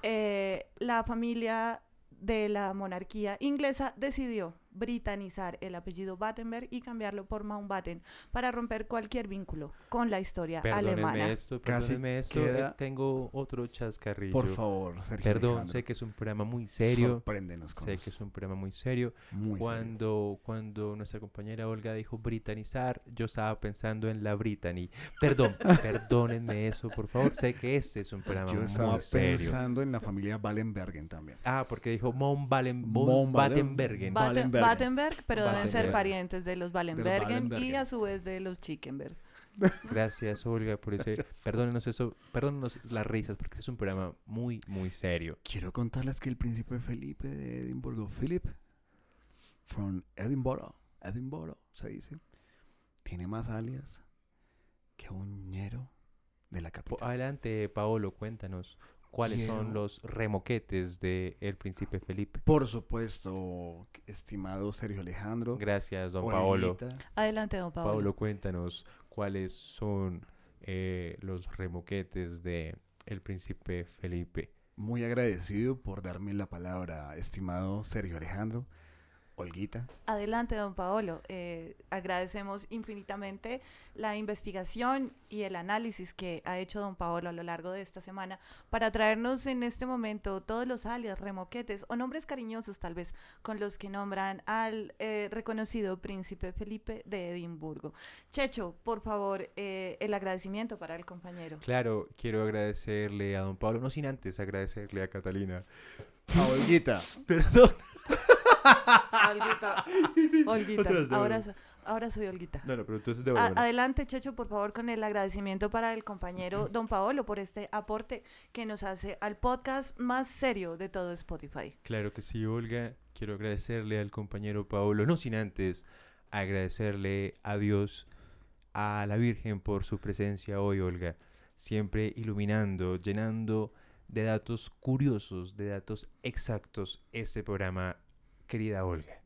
Speaker 4: eh, la familia de la monarquía inglesa decidió britanizar el apellido Battenberg y cambiarlo por Mountbatten para romper cualquier vínculo con la historia
Speaker 5: Perdónenme
Speaker 4: alemana.
Speaker 5: esto,
Speaker 3: Casi
Speaker 5: perdónenme esto. eh,
Speaker 3: queda-
Speaker 5: Tengo otro chascarrillo.
Speaker 3: Por favor, Sergio
Speaker 5: Perdón,
Speaker 3: Alejandro.
Speaker 5: sé que es un programa muy serio.
Speaker 3: Sorpréndenos con
Speaker 5: Sé
Speaker 3: eso.
Speaker 5: que es un programa muy serio.
Speaker 3: Muy
Speaker 5: cuando, cuando nuestra compañera Olga dijo britanizar, yo estaba pensando en la Brittany. Perdón, perdónenme eso, por favor. Sé que este es un programa
Speaker 3: Yo estaba
Speaker 5: muy serio.
Speaker 3: pensando en la familia Wallenbergen también.
Speaker 5: Ah, porque dijo Mon, Valen, Mon,
Speaker 3: Mon Valen-
Speaker 5: Battenbergen.
Speaker 3: Ba-
Speaker 4: Batten-
Speaker 3: Wallenberg.
Speaker 4: Battenberg, pero deben ser
Speaker 5: Battenberg.
Speaker 4: parientes de los Wallenbergen y
Speaker 5: Wallenbergen.
Speaker 4: a su vez de los Chickenberg.
Speaker 5: Gracias, Olga, por ese.
Speaker 3: Gracias.
Speaker 5: Perdónenos eso, perdónenos las risas, porque este es un programa muy, muy serio.
Speaker 3: Quiero contarles que el príncipe Felipe de Edimburgo, Philip, from Edinburgh, Edinburgh se dice, tiene más alias que un ñero de la capital.
Speaker 5: Po- Adelante, Paolo, cuéntanos cuáles son
Speaker 3: Quiero-
Speaker 5: los remoquetes de el príncipe Felipe.
Speaker 3: Por supuesto, estimado Sergio Alejandro.
Speaker 5: Gracias, don Paolo.
Speaker 3: Olguita.
Speaker 4: Adelante, don Pablo.
Speaker 5: Paolo, cuéntanos cuáles son eh, los remoquetes de el príncipe Felipe.
Speaker 3: Muy agradecido por darme la palabra, estimado Sergio Alejandro. Olguita.
Speaker 4: Adelante, don Paolo. Eh, agradecemos infinitamente la investigación y el análisis que ha hecho don Paolo a lo largo de esta semana para traernos en este momento todos los alias, remoquetes o nombres cariñosos tal vez con los que nombran al eh, reconocido príncipe Felipe de Edimburgo. Checho, por favor, eh, el agradecimiento para el compañero.
Speaker 5: Claro, quiero agradecerle a don Pablo, no sin antes agradecerle a Catalina.
Speaker 3: A Ah, Olguita.
Speaker 5: Perdón.
Speaker 4: Olguita, Olguita,
Speaker 5: Otra vez, de
Speaker 4: ahora,
Speaker 5: nuevo.
Speaker 4: so- ahora soy Olguita.
Speaker 5: No, no, pero entonces de
Speaker 4: A-
Speaker 5: verdad.
Speaker 4: adelante, Checho, por favor, con el agradecimiento para el compañero Don Paolo por este aporte que nos hace al podcast más serio de todo Spotify.
Speaker 5: Claro que sí, Olga. Quiero agradecerle al compañero Paolo, no sin antes agradecerle a Dios, a la Virgen por su presencia hoy, Olga. Siempre iluminando, llenando de datos curiosos, de datos exactos este programa, querida Olga.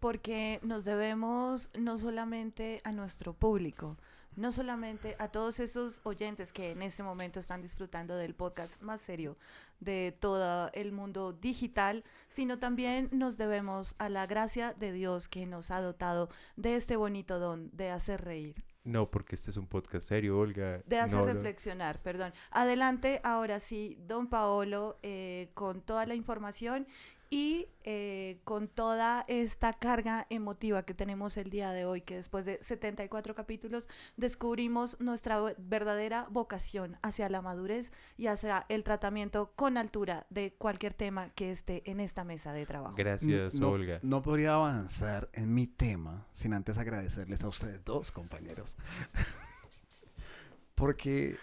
Speaker 4: Porque nos debemos no solamente a nuestro público, no solamente a todos esos oyentes que en este momento están disfrutando del podcast más serio de todo el mundo digital, sino también nos debemos a la gracia de Dios que nos ha dotado de este bonito don de hacer reír.
Speaker 5: No, porque este es un podcast serio, Olga.
Speaker 4: De hacer
Speaker 5: No lo-
Speaker 4: reflexionar, perdón. Adelante, ahora sí, don Paolo, eh, con toda la información y eh, con toda esta carga emotiva que tenemos el día de hoy, que después de 74 capítulos descubrimos nuestra ve- verdadera vocación hacia la madurez y hacia el tratamiento con altura de cualquier tema que esté en esta mesa de trabajo.
Speaker 5: Gracias,
Speaker 3: no,
Speaker 5: Olga.
Speaker 3: No podría avanzar en mi tema sin antes agradecerles a ustedes dos, compañeros. Porque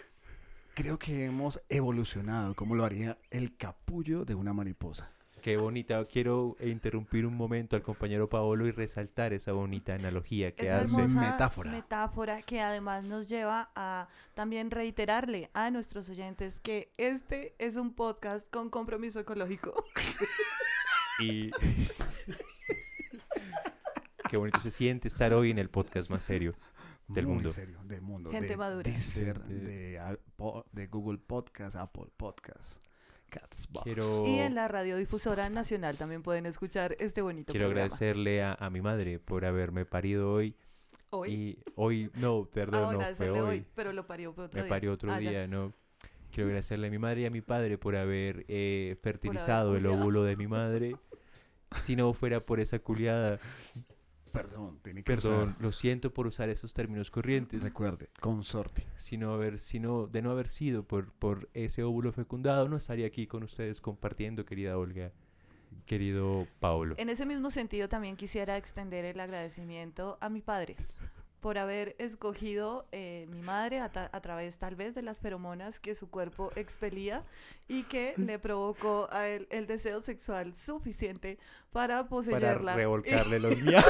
Speaker 3: creo que hemos evolucionado como lo haría el capullo de una mariposa.
Speaker 5: Qué bonita. Quiero interrumpir un momento al compañero Paolo y resaltar esa bonita analogía que
Speaker 4: Esa
Speaker 5: hace.
Speaker 4: hermosa
Speaker 3: metáfora.
Speaker 4: metáfora que además nos lleva a también reiterarle a nuestros oyentes que este es un podcast con compromiso ecológico.
Speaker 5: Y. Qué bonito se siente estar hoy en el podcast más serio del
Speaker 3: Muy
Speaker 5: mundo.
Speaker 3: serio, del mundo.
Speaker 4: Gente
Speaker 3: de
Speaker 4: madura.
Speaker 3: Deezer,
Speaker 5: Gente-
Speaker 3: de, a- po- de Google Podcast, Apple Podcast, Catsbox.
Speaker 5: Quiero,
Speaker 4: Y en la radiodifusora nacional también pueden escuchar este bonito
Speaker 5: quiero
Speaker 4: programa.
Speaker 5: agradecerle a, a mi madre por haberme parido hoy.
Speaker 4: Hoy.
Speaker 5: Y hoy, no,
Speaker 4: Ah,
Speaker 5: perdón, no, fue
Speaker 4: agradecerle
Speaker 5: hoy.
Speaker 4: hoy, pero lo parió fue otro
Speaker 5: Me
Speaker 4: día.
Speaker 5: parió otro
Speaker 4: Ah, ya.
Speaker 5: día, ¿no? Quiero agradecerle a mi madre y a mi padre por haber eh, fertilizado el
Speaker 4: culiado.
Speaker 5: óvulo de mi madre. Si no fuera por esa culiada,
Speaker 3: Perdón, tiene que
Speaker 5: perdón,
Speaker 3: usar-
Speaker 5: lo siento por usar esos términos corrientes.
Speaker 3: Recuerde, consorte.
Speaker 5: Si no haber, si no- de no haber sido por, por ese óvulo fecundado, no estaría aquí con ustedes compartiendo, querida Olga, querido Paolo.
Speaker 4: En ese mismo sentido también quisiera extender el agradecimiento a mi padre por haber escogido eh, mi madre a, ta- a través tal vez de las feromonas que su cuerpo expelía y que le provocó a él el deseo sexual suficiente para
Speaker 5: Para
Speaker 4: poseerla.
Speaker 5: revolcarle los míos.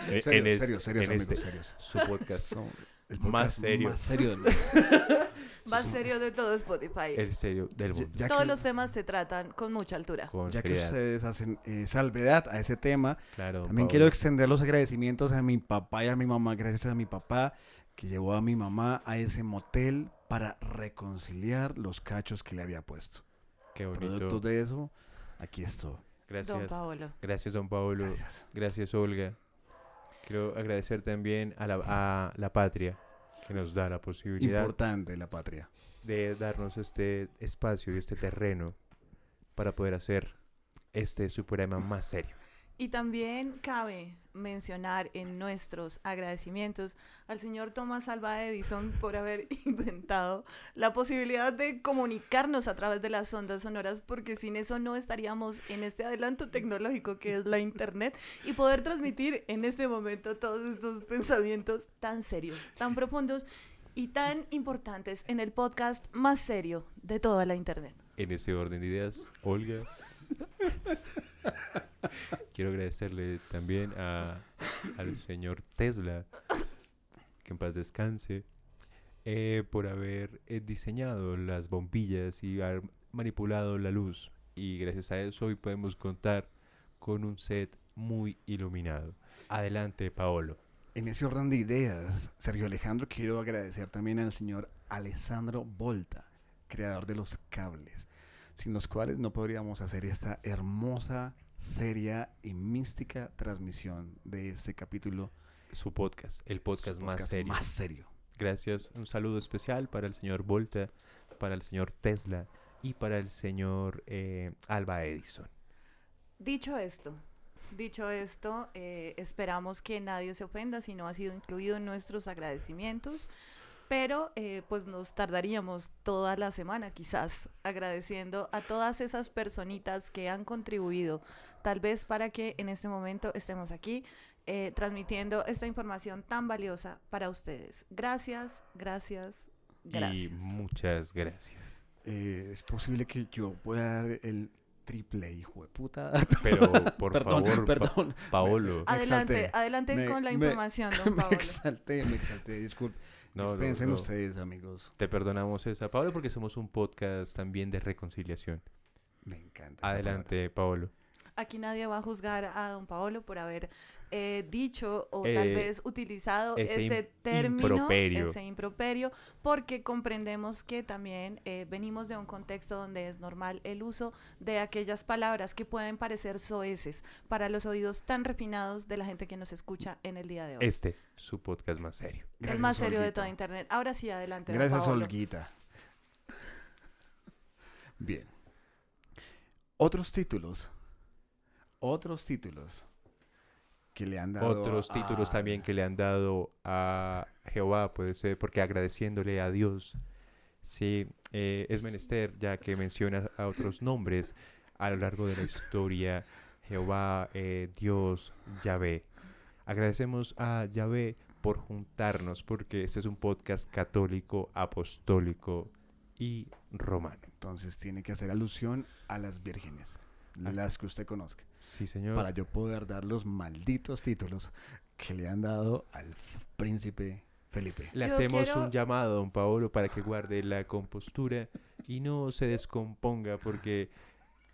Speaker 3: serios,
Speaker 5: Eh, en, es-
Speaker 3: serios, serios,
Speaker 5: en
Speaker 3: amigos,
Speaker 5: este,
Speaker 3: serios.
Speaker 5: su podcast,
Speaker 3: Son el
Speaker 5: más
Speaker 3: podcast
Speaker 5: serio.
Speaker 3: más serio del
Speaker 4: Más serio de todo Spotify.
Speaker 5: el serio del mundo.
Speaker 3: ya
Speaker 4: Todos
Speaker 3: que-
Speaker 4: los temas se tratan con mucha altura.
Speaker 5: Con
Speaker 3: ya que
Speaker 5: seriedad.
Speaker 3: ustedes hacen eh, salvedad a ese tema.
Speaker 5: Claro, don
Speaker 3: También
Speaker 5: Pablo.
Speaker 3: quiero extender los agradecimientos a mi papá y a mi mamá. Gracias a mi papá que llevó a mi mamá a ese motel para reconciliar los cachos que le había puesto.
Speaker 5: Qué bonito.
Speaker 3: Producto de eso, aquí estoy.
Speaker 5: Gracias.
Speaker 4: Paolo.
Speaker 5: Gracias, don Paolo. Gracias, Olga. Quiero agradecer también a la, a la patria que nos da la posibilidad
Speaker 3: Importante la patria.
Speaker 5: de darnos este espacio y este terreno para poder hacer este su programa más serio.
Speaker 4: Y también cabe mencionar en nuestros agradecimientos al señor Thomas Alva Edison por haber inventado la posibilidad de comunicarnos a través de las ondas sonoras, porque sin eso no estaríamos en este adelanto tecnológico que es la Internet y poder transmitir en este momento todos estos pensamientos tan serios, tan profundos y tan importantes en el podcast más serio de toda la Internet.
Speaker 5: En ese orden de ideas, Olga. Quiero agradecerle también a, al señor Tesla, que en paz descanse, eh, por haber eh, diseñado las bombillas y haber manipulado la luz. Y gracias a eso hoy podemos contar con un set muy iluminado. Adelante, Paolo.
Speaker 3: En ese orden de ideas, Sergio Alejandro, quiero agradecer también al señor Alessandro Volta, creador de los cables, sin los cuales no podríamos hacer esta hermosa, seria y mística transmisión de este capítulo.
Speaker 5: Su podcast, el podcast, más
Speaker 3: podcast
Speaker 5: serio.
Speaker 3: más serio.
Speaker 5: Gracias. Un saludo especial para el señor Volta, para el señor Tesla y para el señor eh, Alba Edison.
Speaker 4: Dicho esto, dicho esto, eh, esperamos que nadie se ofenda si no ha sido incluido en nuestros agradecimientos, pero eh, pues nos tardaríamos toda la semana quizás agradeciendo a todas esas personitas que han contribuido, tal vez para que en este momento estemos aquí eh, transmitiendo esta información tan valiosa para ustedes. Gracias, gracias,
Speaker 5: Y
Speaker 4: gracias.
Speaker 5: muchas gracias.
Speaker 3: Eh, es posible que yo pueda dar el triple hijo de puta.
Speaker 5: Pero, por
Speaker 3: Perdón,
Speaker 5: favor, Pa-
Speaker 3: perdón.
Speaker 5: Paolo.
Speaker 4: Adelante,
Speaker 3: exalté.
Speaker 4: adelante con la información, don
Speaker 3: Me
Speaker 4: Paolo.
Speaker 3: exalté, me exalté, disculpe.
Speaker 5: No, no,
Speaker 3: Dispensen
Speaker 5: no.
Speaker 3: ustedes, amigos.
Speaker 5: Te perdonamos esa, Paolo, porque somos un podcast también de reconciliación.
Speaker 3: Me encanta. esa
Speaker 5: Adelante, Paolo.
Speaker 4: Aquí nadie va a juzgar a don Paolo por haber eh, dicho o tal
Speaker 5: Eh,
Speaker 4: vez utilizado
Speaker 5: ese
Speaker 4: ese
Speaker 5: im-
Speaker 4: término,
Speaker 5: improperio.
Speaker 4: ese improperio, porque comprendemos que también eh, venimos de un contexto donde es normal el uso de aquellas palabras que pueden parecer soeces para los oídos tan refinados de la gente que nos escucha en el día de hoy.
Speaker 5: Este, su podcast más serio.
Speaker 4: el más serio de toda Internet. Ahora sí, adelante. don
Speaker 3: Gracias,
Speaker 4: Paolo.
Speaker 3: Olguita. Bien. Otros títulos. Otros títulos que le han dado.
Speaker 5: Otros
Speaker 3: a-
Speaker 5: títulos también que le han dado a Jehová, puede ser, porque agradeciéndole a Dios. Sí, eh, es menester, ya que menciona a otros nombres a lo largo de la historia. Jehová, eh, Dios, Yahvé. Agradecemos a Yahvé por juntarnos, porque este es un podcast católico, apostólico y romano.
Speaker 3: Entonces tiene que hacer alusión a las vírgenes,
Speaker 5: Ah.
Speaker 3: las que usted conozca,
Speaker 5: Sí, señor.
Speaker 3: para yo poder dar los malditos títulos que le han dado al f- príncipe Felipe.
Speaker 5: Le
Speaker 4: Yo
Speaker 5: hacemos
Speaker 4: quiero-
Speaker 5: un llamado a don Paolo para que guarde la compostura y no se descomponga porque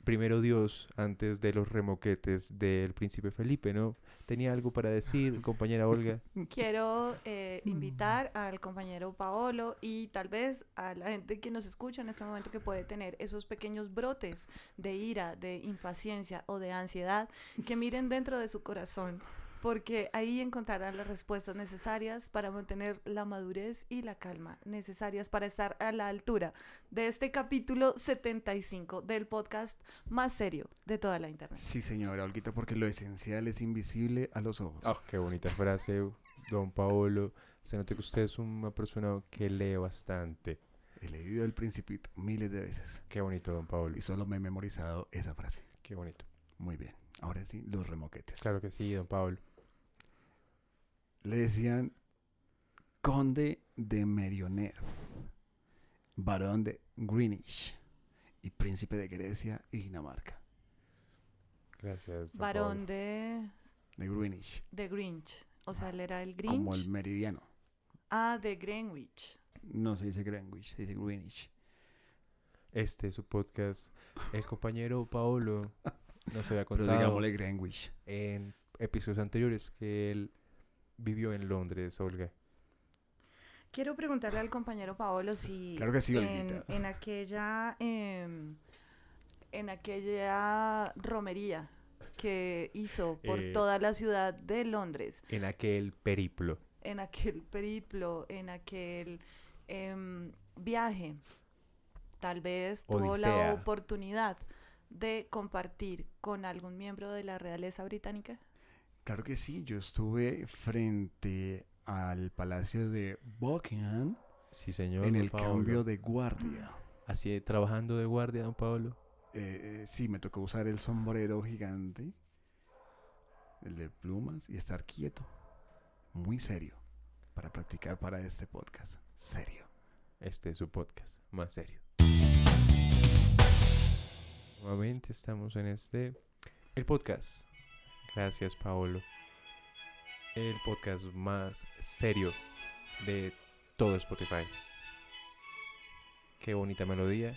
Speaker 5: primero Dios, antes de los remoquetes del príncipe Felipe, ¿no? Tenía algo para decir, compañera Olga.
Speaker 4: Quiero eh, invitar al compañero Paolo y tal vez a la gente que nos escucha en este momento que puede tener esos pequeños brotes de ira, de impaciencia o de ansiedad, que miren dentro de su corazón, porque ahí encontrarán las respuestas necesarias para mantener la madurez y la calma necesarias para estar a la altura de este capítulo 75 del podcast más serio de toda la internet.
Speaker 3: Sí, señora Olguita, porque lo esencial es invisible a los ojos.
Speaker 5: Ah, qué bonita frase, uh, don Paolo. Se nota que usted es una persona que lee bastante.
Speaker 3: He leído El Principito miles de veces
Speaker 5: Qué bonito, don Paolo.
Speaker 3: y solo me he memorizado esa frase.
Speaker 5: Qué bonito.
Speaker 3: Muy bien. Ahora sí, los remoquetes.
Speaker 5: Claro que sí, don Paolo.
Speaker 3: Le decían conde de Merioneth, barón de Greenwich y príncipe de Grecia y Dinamarca.
Speaker 5: Gracias. don Paolo.
Speaker 4: Varón de,
Speaker 3: De Greenwich.
Speaker 4: de Grinch. O sea, él era el Grinch.
Speaker 3: Como el meridiano.
Speaker 4: Ah, de Greenwich.
Speaker 3: No se dice Greenwich, se dice Greenwich.
Speaker 5: Este es su podcast. El compañero Paolo nos había
Speaker 3: Pero
Speaker 5: contado.
Speaker 3: digámosle Greenwich.
Speaker 5: En episodios anteriores que él vivió en Londres, Olga.
Speaker 4: Quiero preguntarle al compañero Paolo si
Speaker 5: Claro que sí,
Speaker 4: en,
Speaker 5: Olguita.
Speaker 4: en aquella em, en aquella romería que hizo por
Speaker 5: Eh.
Speaker 4: toda la ciudad de Londres,
Speaker 5: En aquel periplo.
Speaker 4: en aquel periplo, en aquel em, viaje, tal vez tuvo la
Speaker 5: Odisea.
Speaker 4: oportunidad de compartir con algún miembro de la realeza británica.
Speaker 3: Claro que sí, yo estuve frente al Palacio de Buckingham
Speaker 5: Sí, señor.
Speaker 3: en
Speaker 5: don
Speaker 3: el
Speaker 5: Paolo.
Speaker 3: cambio de guardia.
Speaker 5: Así de trabajando de guardia, don Pablo.
Speaker 3: Eh, eh, sí, me tocó usar el sombrero gigante, el de plumas, y estar quieto, muy serio, para practicar para este podcast. Serio.
Speaker 5: Este es su podcast, más serio. Nuevamente estamos en este, el podcast. Gracias, Paolo. El podcast más serio de todo Spotify. Qué bonita melodía.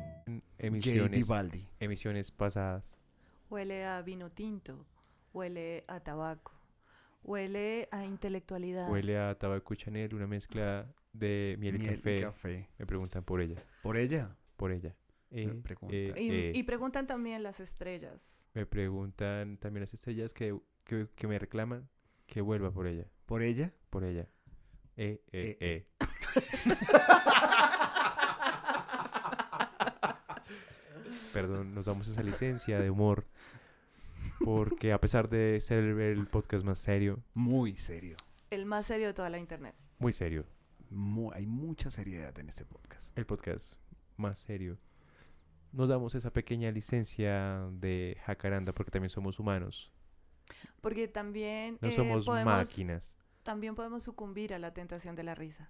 Speaker 5: emisiones,
Speaker 3: Vivaldi.
Speaker 5: emisiones pasadas.
Speaker 4: Huele a vino tinto, huele a tabaco, huele a intelectualidad.
Speaker 5: Huele a tabaco Chanel, una mezcla de miel,
Speaker 3: Miel y
Speaker 5: y, café.
Speaker 3: café.
Speaker 5: Me preguntan por ella.
Speaker 3: ¿Por ella?
Speaker 5: Por ella. Eh,
Speaker 3: Me preguntan.
Speaker 5: eh,
Speaker 4: y,
Speaker 5: eh.
Speaker 4: y preguntan también las estrellas.
Speaker 5: Me preguntan también las estrellas que, que, que me reclaman que vuelva por ella.
Speaker 3: ¿Por ella?
Speaker 5: Por ella. Eh, eh, eh. Perdón, nos damos esa licencia de humor. Porque a pesar de ser el podcast más serio,
Speaker 3: Muy serio.
Speaker 4: El más serio de toda la internet.
Speaker 5: muy serio,
Speaker 3: Mu- hay mucha seriedad en este podcast.
Speaker 5: el podcast más serio. Nos damos esa pequeña licencia de jacaranda porque también somos humanos.
Speaker 4: Porque también
Speaker 5: No
Speaker 4: eh,
Speaker 5: somos
Speaker 4: podemos-
Speaker 5: máquinas.
Speaker 4: También podemos sucumbir a la tentación de la risa.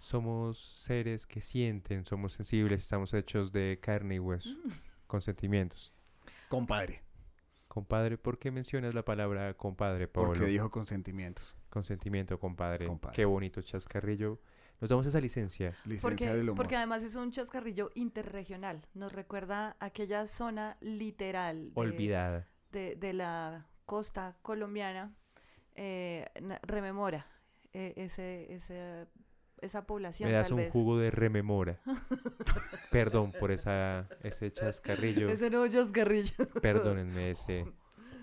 Speaker 5: Somos seres que sienten, somos sensibles, estamos hechos de carne y hueso, con sentimientos.
Speaker 3: Compadre.
Speaker 5: Compadre, ¿por qué mencionas la palabra compadre, Pablo?
Speaker 3: Porque dijo consentimientos.
Speaker 5: Consentimiento, compadre.
Speaker 3: Compadre.
Speaker 5: Qué bonito chascarrillo. Nos damos esa licencia.
Speaker 3: Licencia
Speaker 4: Porque,
Speaker 3: del humor.
Speaker 4: porque además es un chascarrillo interregional. Nos recuerda aquella zona literal. de-
Speaker 5: Olvidada.
Speaker 4: De, de la costa colombiana. eh, na- rememora eh, ese, ese- esa población.
Speaker 5: Me das
Speaker 4: tal
Speaker 5: un
Speaker 4: vez.
Speaker 5: jugo de rememora. Perdón por esa, ese chascarrillo.
Speaker 4: Ese no chascarrillo.
Speaker 5: Perdónenme ese...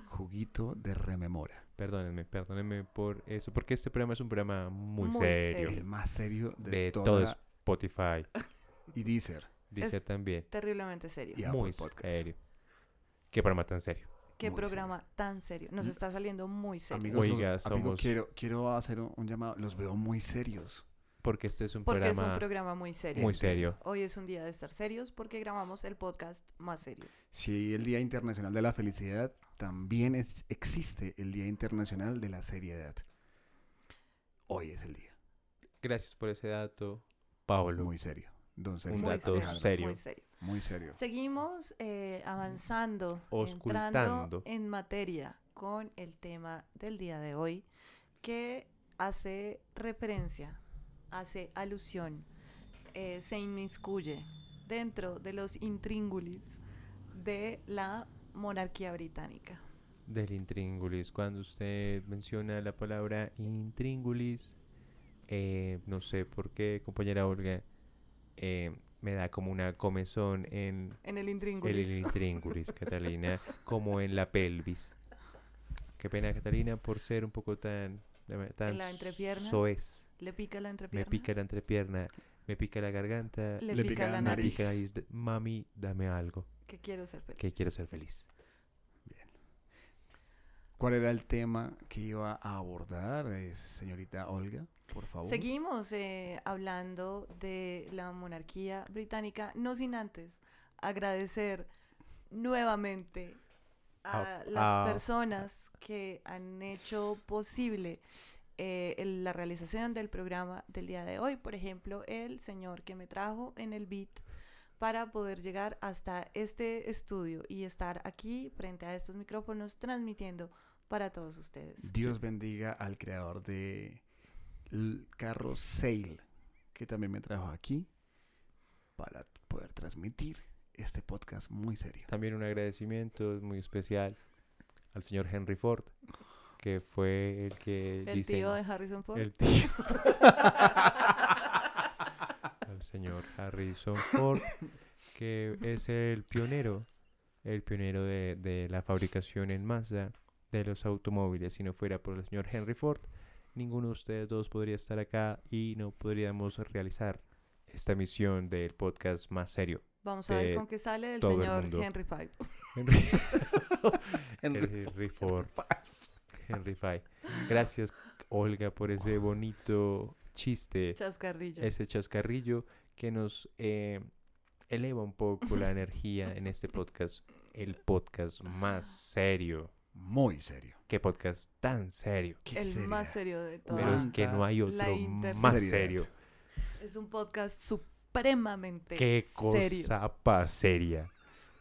Speaker 3: Juguito de rememora.
Speaker 5: Perdónenme, perdónenme por eso, porque este programa es un programa muy,
Speaker 4: Muy
Speaker 5: serio.
Speaker 4: serio.
Speaker 3: El más serio de,
Speaker 5: De,
Speaker 3: toda-
Speaker 5: todo Spotify.
Speaker 3: Y Deezer.
Speaker 5: Dice
Speaker 4: Es
Speaker 5: también.
Speaker 4: Terriblemente serio.
Speaker 3: Y Apple
Speaker 5: muy
Speaker 3: Podcast.
Speaker 5: serio. Qué programa tan serio.
Speaker 4: Qué
Speaker 3: Muy
Speaker 4: programa tan serio.
Speaker 5: Mm.
Speaker 4: Nos está saliendo muy serio.
Speaker 3: Amigos, los-
Speaker 5: Oiga,
Speaker 3: amigo,
Speaker 5: somos-
Speaker 3: quiero, quiero hacer un, un llamado. Los veo muy serios.
Speaker 5: Porque este es un
Speaker 4: porque
Speaker 5: programa.
Speaker 4: es un programa muy serio.
Speaker 5: Muy serio.
Speaker 4: Hoy es un día de estar serios porque grabamos el podcast más serio.
Speaker 3: Si el Día Internacional de la Felicidad también es- existe el Día Internacional de la Seriedad. Hoy es el día.
Speaker 5: Gracias por ese dato, Pablo.
Speaker 3: Muy serio. Don Sergio
Speaker 5: Un dato
Speaker 3: Alejandro.
Speaker 5: serio.
Speaker 4: Muy serio.
Speaker 3: Muy serio.
Speaker 4: Seguimos eh, avanzando,
Speaker 5: Oscultando.
Speaker 4: entrando en materia con el tema del día de hoy que hace referencia, hace alusión, eh, se inmiscuye dentro de los intríngulis de la monarquía británica.
Speaker 5: del intríngulis. Cuando usted menciona la palabra intríngulis, eh, no sé por qué, compañera Olga, eh, me da como una comezón en...
Speaker 4: En el intríngulis.
Speaker 5: el intríngulis, Catalina, como en la pelvis. Qué pena, Catalina, por ser un poco tan... tan
Speaker 4: En la entrepierna.
Speaker 5: soez.
Speaker 4: Le pica la
Speaker 5: Me
Speaker 4: entrepierna.
Speaker 5: pica la entrepierna, me pica la garganta,
Speaker 4: Le Le pica pica la la nariz. nariz.
Speaker 5: me pica la is- Mami, dame algo.
Speaker 4: Que quiero ser feliz.
Speaker 5: Que quiero ser feliz.
Speaker 3: ¿Cuál era el tema que iba a abordar, eh, señorita Olga? Por favor.
Speaker 4: Seguimos eh, hablando de la monarquía británica, no sin antes agradecer nuevamente a
Speaker 9: Ah,
Speaker 4: las
Speaker 9: ah.
Speaker 4: personas que han hecho posible eh, el- la realización del programa del día de hoy. Por ejemplo, el señor que me trajo en el beat para poder llegar hasta este estudio y estar aquí frente a estos micrófonos transmitiendo para todos ustedes.
Speaker 3: Dios bendiga al creador de l- carro Sail, que también me trajo aquí para poder transmitir este podcast muy serio.
Speaker 5: También un agradecimiento muy especial al señor Henry Ford, que fue el que...
Speaker 4: El tío de Harrison Ford.
Speaker 5: El tío. al señor Harrison Ford, que es el pionero, el pionero de, de la fabricación en masa de los automóviles. Si no fuera por el señor Henry Ford, ninguno de ustedes dos podría estar acá y no podríamos realizar esta misión del podcast más serio.
Speaker 4: Vamos a ver
Speaker 5: de
Speaker 4: con qué sale el
Speaker 5: todo
Speaker 4: señor
Speaker 5: mundo.
Speaker 4: Henry Five.
Speaker 5: Henry,
Speaker 4: Henry
Speaker 5: Henry Ford. Henry Five. Gracias, Olga, por ese bonito chiste.
Speaker 4: Chascarrillo.
Speaker 5: Ese chascarrillo que nos eh, eleva un poco la energía en este podcast. El podcast más serio.
Speaker 3: Muy serio.
Speaker 5: Qué podcast tan serio.
Speaker 4: el más serio de todos.
Speaker 5: Pero es que no hay otro
Speaker 4: La internet.
Speaker 5: más serio.
Speaker 4: Es un podcast supremamente
Speaker 5: Qué
Speaker 4: serio.
Speaker 5: cosa pa seria.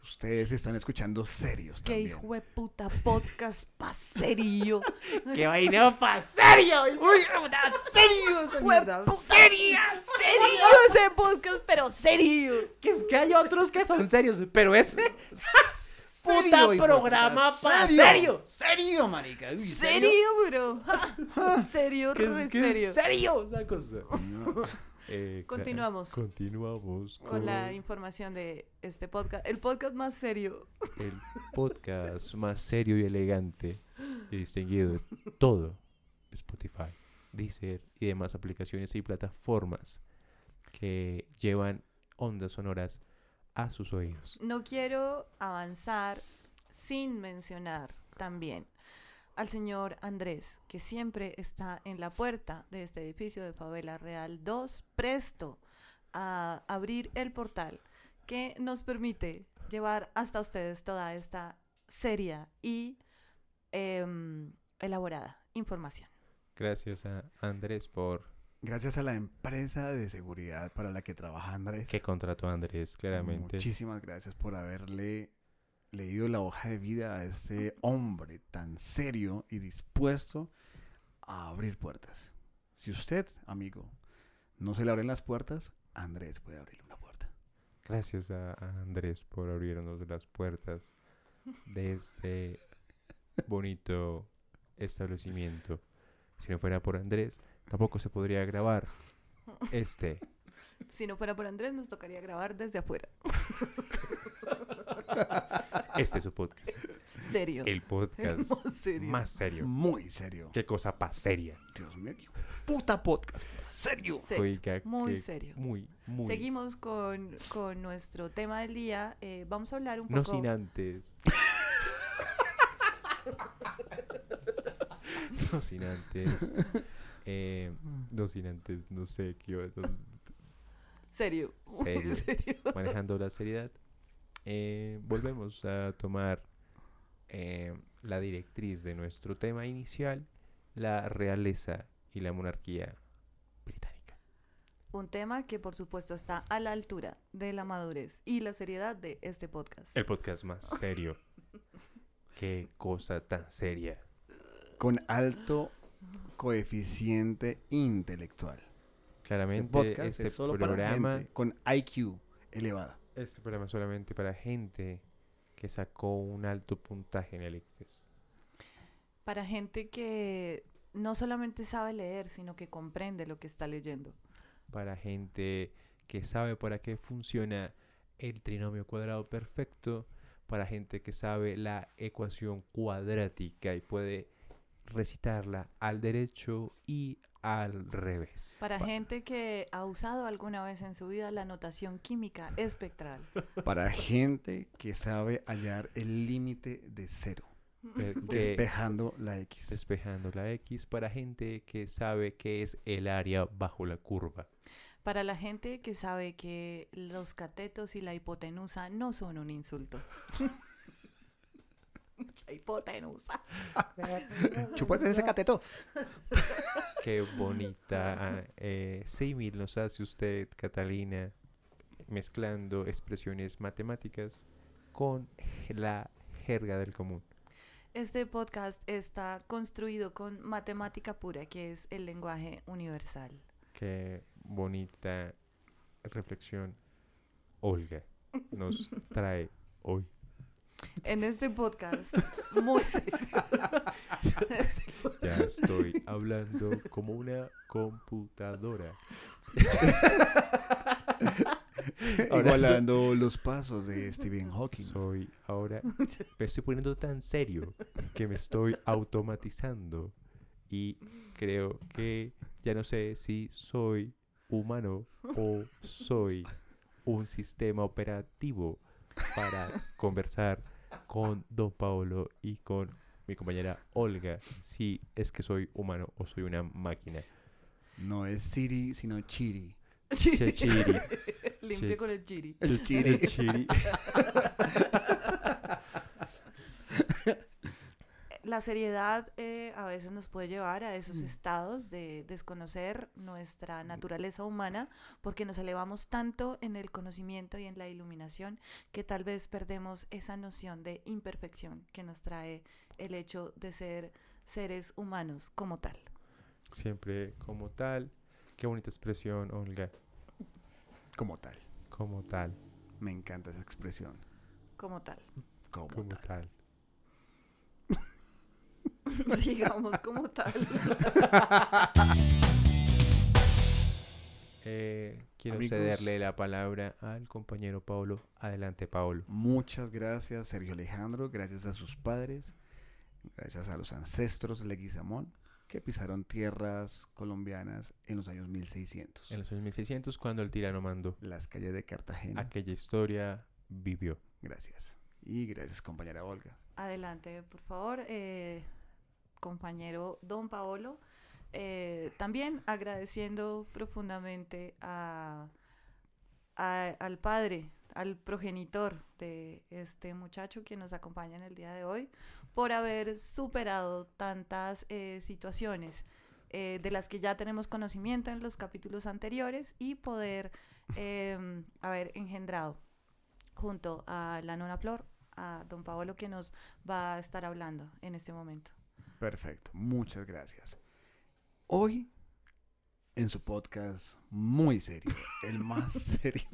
Speaker 3: Ustedes están escuchando serios
Speaker 4: Qué
Speaker 3: también.
Speaker 4: hijo de puta podcast pa' serio.
Speaker 3: Qué vaina pa' serio, hijo de puta, serio esta mierda,
Speaker 4: serio, serio ese podcast, pero serio.
Speaker 10: Que es que hay otros que son serios, pero ese puta
Speaker 3: hijo de puta,
Speaker 10: programa pa'
Speaker 3: serio.
Speaker 10: serio.
Speaker 3: Serio, marica. Uy,
Speaker 4: Serio, bro. Ja, serio,
Speaker 10: Que es-
Speaker 4: re
Speaker 10: que es
Speaker 4: serio.
Speaker 10: serio
Speaker 5: esa cosa. Eh, ca-
Speaker 4: Continuamos.
Speaker 5: Continuamos
Speaker 4: Con la información de este podcast. El podcast más serio.
Speaker 5: el podcast más serio y elegante y distinguido de todo Spotify, Deezer y demás aplicaciones y plataformas que llevan ondas sonoras a sus oídos.
Speaker 4: No quiero avanzar sin mencionar también al señor Andrés, que siempre está en la puerta de este edificio de Favela Real 2, presto a abrir el portal que nos permite llevar hasta ustedes toda esta seria y em, elaborada información.
Speaker 5: Gracias a Andrés por
Speaker 3: Gracias a la empresa de seguridad para la que trabaja Andrés.
Speaker 5: que contrató a Andrés, claramente.
Speaker 3: Muchísimas gracias por haberle leído la hoja de vida a este hombre tan serio y dispuesto a abrir puertas. Si usted, amigo, no se le abren las puertas, Andrés puede abrirle una puerta.
Speaker 5: Gracias a a Andrés por abrirnos las puertas de este bonito establecimiento. Si no fuera por Andrés, tampoco se podría grabar este.
Speaker 4: Si no fuera por Andrés, nos tocaría grabar desde afuera.
Speaker 5: Este es su podcast.
Speaker 4: Serio.
Speaker 5: El podcast
Speaker 4: El más serio.
Speaker 5: más serio.
Speaker 3: Muy serio.
Speaker 5: Qué cosa pa' seria.
Speaker 3: Dios mío, qué puta podcast. Serio.
Speaker 4: Serio,
Speaker 5: Oiga,
Speaker 4: muy
Speaker 5: qué-
Speaker 4: serio.
Speaker 5: Muy, muy.
Speaker 4: Seguimos con, con nuestro tema del día. Eh, vamos a hablar un
Speaker 5: No
Speaker 4: poco.
Speaker 5: sin antes. no sin antes. eh, no sin antes. No sé qué iba a-
Speaker 4: Serio. muy
Speaker 5: serio, manejando la seriedad, eh, volvemos a tomar eh, la directriz de nuestro tema inicial, la realeza y la monarquía.
Speaker 4: Un tema que, por supuesto, está a la altura de la madurez y la seriedad de este podcast.
Speaker 5: El podcast más serio. Qué cosa tan seria.
Speaker 3: Con alto coeficiente intelectual.
Speaker 5: Claramente,
Speaker 3: Este podcast
Speaker 5: este
Speaker 3: es solo
Speaker 5: programa-
Speaker 3: para gente con IQ elevada.
Speaker 5: Este programa es solamente para gente que sacó un alto puntaje en el ICFES.
Speaker 4: para gente que no solamente sabe leer, sino que comprende lo que está leyendo.
Speaker 5: para gente que sabe para qué funciona el trinomio cuadrado perfecto, para gente que sabe la ecuación cuadrática y puede recitarla al derecho y al revés.
Speaker 4: Para gente que ha usado alguna vez en su vida la notación química espectral.
Speaker 3: Para gente que sabe hallar el límite de cero.
Speaker 5: Eh, que-
Speaker 3: Despejando la X.
Speaker 5: Despejando la X para gente que sabe qué es el área bajo la curva.
Speaker 4: Para la gente que sabe que los catetos y la hipotenusa no son un insulto. Mucha hipotenusa.
Speaker 3: Chúpate ese cateto.
Speaker 5: Qué bonita ah, eh, símil nos hace usted, Catalina, mezclando expresiones matemáticas con la jerga del común.
Speaker 4: Este podcast está construido con matemática pura, que es el lenguaje universal.
Speaker 5: Qué bonita reflexión Olga nos trae hoy.
Speaker 4: En este podcast, muy serio.
Speaker 5: Ya estoy hablando como una computadora. Ahora so-
Speaker 3: Igualando los pasos de Stephen Hawking.
Speaker 5: Soy ahora. Me estoy poniendo tan serio que me estoy automatizando. Y creo que ya no sé si soy humano o soy un sistema operativo para conversar con Don Paolo y con mi compañera Olga. Si es que soy humano o soy una máquina.
Speaker 3: No es Siri, sino Chiri.
Speaker 5: Che- chiri.
Speaker 4: Limpio
Speaker 5: Che-
Speaker 4: con el chiri.
Speaker 3: El chiri.
Speaker 5: El chiri.
Speaker 4: La seriedad eh, a veces nos puede llevar a esos estados de desconocer nuestra naturaleza humana porque nos elevamos tanto en el conocimiento y en la iluminación que tal vez perdemos esa noción de imperfección que nos trae el hecho de ser seres humanos como tal.
Speaker 5: Siempre como tal. Qué bonita expresión, Olga.
Speaker 3: Como tal.
Speaker 5: Como tal.
Speaker 3: Me encanta esa expresión.
Speaker 4: Como tal.
Speaker 3: Como,
Speaker 5: Como tal.
Speaker 4: Digamos como tal.
Speaker 5: Eh, quiero
Speaker 3: Amigos.
Speaker 5: cederle la palabra al compañero Paolo. Adelante, Paolo.
Speaker 3: Muchas gracias, Sergio Alejandro. Gracias a sus padres. Gracias a los ancestros Leguizamón que pisaron tierras colombianas en los años 1600.
Speaker 5: En los años 1600, cuando el tirano mandó.
Speaker 3: Las calles de Cartagena.
Speaker 5: Aquella historia vivió.
Speaker 3: Gracias. Y gracias, compañera Olga.
Speaker 4: Adelante, por favor, eh, compañero Don Paolo. Eh, también agradeciendo profundamente a, a- al padre, al progenitor de este muchacho que nos acompaña en el día de hoy, por haber superado tantas eh, situaciones eh, de las que ya tenemos conocimiento en los capítulos anteriores y poder em, haber engendrado junto a la Nona Flor, a don Paolo que nos va a estar hablando en este momento.
Speaker 3: Perfecto, muchas gracias. Hoy, en su podcast muy serio, el más serio,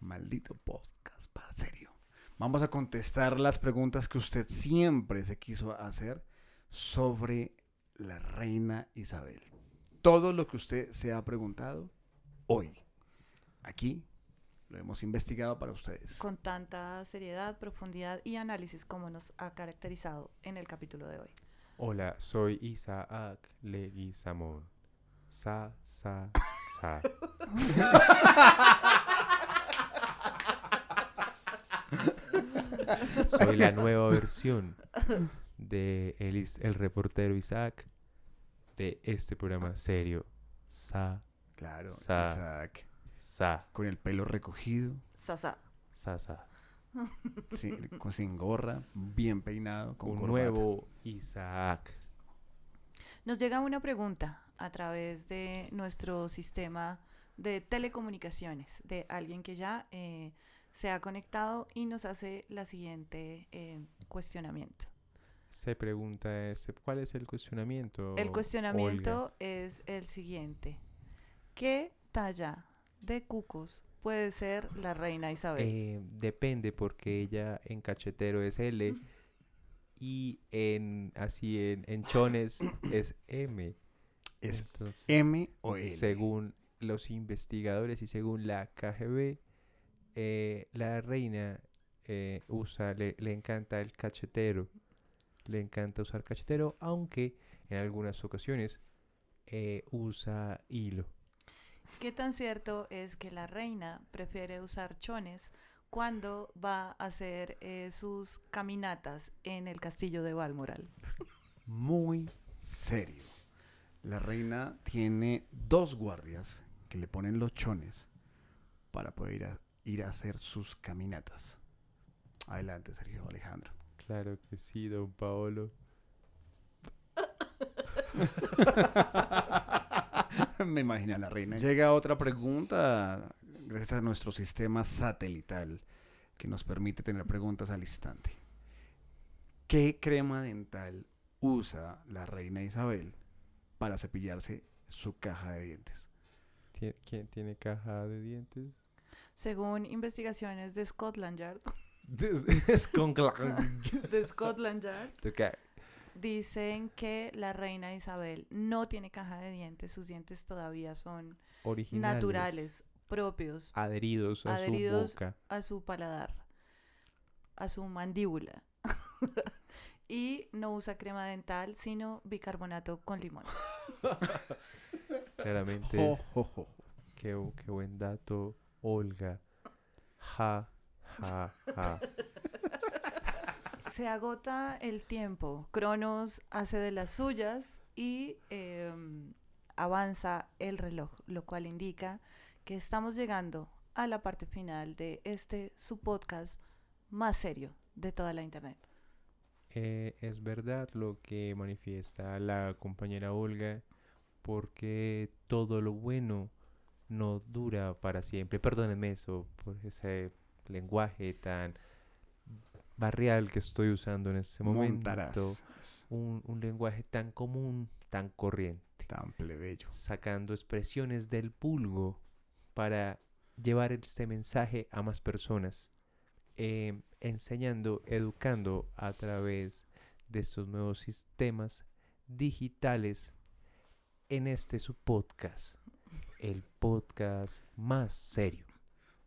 Speaker 3: maldito podcast para serio, vamos a contestar las preguntas que usted siempre se quiso hacer sobre la reina Isabel. Todo lo que usted se ha preguntado hoy, aquí, lo hemos investigado para ustedes.
Speaker 4: Con tanta seriedad, profundidad y análisis como nos ha caracterizado en el capítulo de hoy.
Speaker 5: Hola, soy Isaac Leguizamón. Sa, sa, sa. Soy la nueva versión de el, is- el reportero Isaac de este programa serio. Sa,
Speaker 3: Claro,
Speaker 5: sa,
Speaker 3: Isaac.
Speaker 5: sa,
Speaker 3: Con el pelo recogido.
Speaker 4: Sasa.
Speaker 5: sa, sa.
Speaker 3: Sí, con- sin gorra, bien peinado, con
Speaker 5: Un
Speaker 3: corbata.
Speaker 5: nuevo Isaac.
Speaker 4: Nos llega una pregunta a través de nuestro sistema de telecomunicaciones de alguien que ya eh, se ha conectado y nos hace la siguiente eh, cuestionamiento.
Speaker 5: Se pregunta este, ¿cuál es el cuestionamiento?
Speaker 4: El
Speaker 5: Olga?
Speaker 4: cuestionamiento es el siguiente. ¿Qué talla de cucos puede ser la reina Isabel?
Speaker 5: Eh, depende, porque ella en cachetero es L y en así en, en chones es M.
Speaker 3: ¿Es
Speaker 5: Entonces,
Speaker 3: M o L?
Speaker 5: Según los investigadores y según la KGB, eh, la reina eh, usa, le, le encanta el cachetero. Le encanta usar cachetero, aunque en algunas ocasiones eh, usa hilo.
Speaker 4: ¿Qué tan cierto es que la reina prefiere usar chones cuando va a hacer eh, sus caminatas en el castillo de Balmoral?
Speaker 3: muy serio. La reina tiene dos guardias que le ponen los chones para poder ir a, ir a hacer sus caminatas. Adelante, Sergio Alejandro.
Speaker 5: Claro que sí, don Paolo.
Speaker 3: Me imagino a la reina. Llega otra pregunta gracias a nuestro sistema satelital que nos permite tener preguntas al instante. ¿Qué crema dental usa la reina Isabel para cepillarse su caja de dientes?
Speaker 5: Tie- ¿Quién tiene caja de dientes?
Speaker 4: Según investigaciones de Scotland Yard,
Speaker 5: es con
Speaker 4: de Scotland Yard,
Speaker 5: Toca-
Speaker 4: dicen que la reina Isabel no tiene caja de dientes, sus dientes todavía son
Speaker 5: Originales.
Speaker 4: naturales, propios,
Speaker 5: Adheridos a su
Speaker 4: adheridos
Speaker 5: boca.
Speaker 4: a su paladar, a su mandíbula. y no usa crema dental, sino bicarbonato con limón.
Speaker 5: Claramente.
Speaker 3: Jo, jo, jo.
Speaker 5: Qué, bu- qué buen dato, Olga. Ja, ja, ja.
Speaker 4: Se agota el tiempo. Cronos hace de las suyas y eh, avanza el reloj, lo cual indica que estamos llegando a la parte final de este su podcast más serio de toda la internet.
Speaker 5: Eh, es verdad lo que manifiesta la compañera Olga, porque todo lo bueno no dura para siempre. Perdónenme eso, por ese lenguaje tan barrial que estoy usando en este momento.
Speaker 3: Montaraz.
Speaker 5: Un, un lenguaje tan común, tan corriente.
Speaker 3: Tan plebeyo.
Speaker 5: Sacando expresiones del pulgo para llevar este mensaje a más personas. eh, enseñando, educando a través de estos nuevos sistemas digitales en este su podcast. El podcast más serio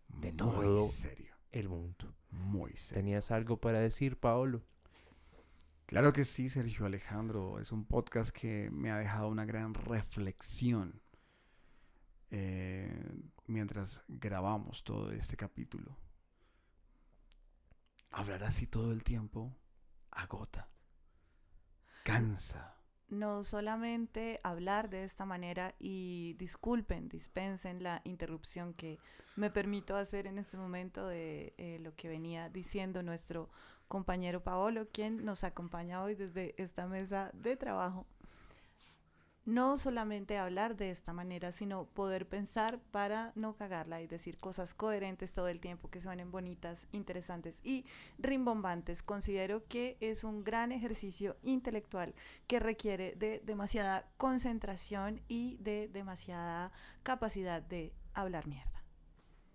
Speaker 5: de
Speaker 3: Muy
Speaker 5: todo
Speaker 3: serio.
Speaker 5: el mundo.
Speaker 3: Muy serio.
Speaker 5: ¿Tenías algo para decir, Paolo?
Speaker 3: Claro que sí, Sergio Alejandro. Es un podcast que me ha dejado una gran reflexión eh, mientras grabamos todo este capítulo. Hablar así todo el tiempo agota, cansa.
Speaker 4: no solamente hablar de esta manera y disculpen, dispensen la interrupción que me permito hacer en este momento de eh, lo que venía diciendo nuestro compañero Paolo, quien nos acompaña hoy desde esta mesa de trabajo. No solamente hablar de esta manera, sino poder pensar para no cagarla y decir cosas coherentes todo el tiempo que suenen bonitas, interesantes y rimbombantes. Considero que es un gran ejercicio intelectual que requiere de demasiada concentración y de demasiada capacidad de hablar mierda.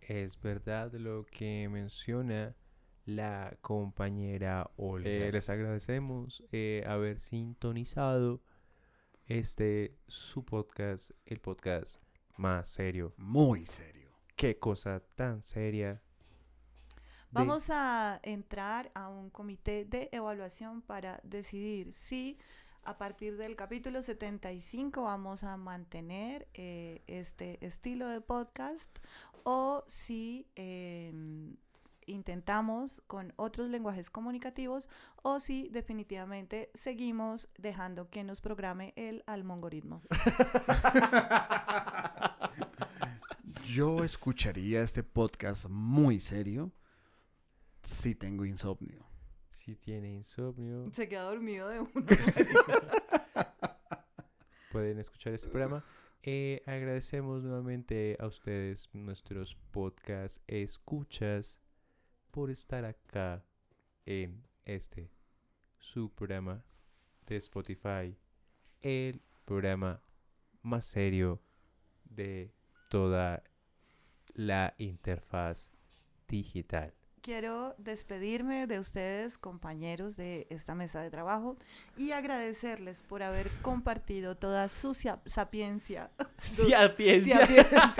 Speaker 5: Es verdad lo que menciona la compañera Olga. Eh, les agradecemos eh, haber sintonizado este su podcast, el podcast más serio.
Speaker 3: Muy serio.
Speaker 5: Qué cosa tan seria. de-
Speaker 4: Vamos a entrar a un comité de evaluación para decidir si a partir del capítulo 75 vamos a mantener eh, este estilo de podcast o si eh, intentamos con otros lenguajes comunicativos o si definitivamente seguimos dejando que nos programe el almongoritmo.
Speaker 3: Yo escucharía este podcast muy serio si tengo insomnio.
Speaker 5: Si tiene insomnio,
Speaker 4: Se queda dormido de una.
Speaker 5: pueden escuchar este programa. Eh, agradecemos nuevamente a ustedes, nuestros podcast escuchas, por estar acá en este, su programa de Spotify, el programa más serio de toda la interfaz digital.
Speaker 4: quiero despedirme de ustedes, compañeros de esta mesa de trabajo, y agradecerles por haber compartido toda su sia- sapiencia.
Speaker 5: Siapiencia.
Speaker 4: Siapiencia.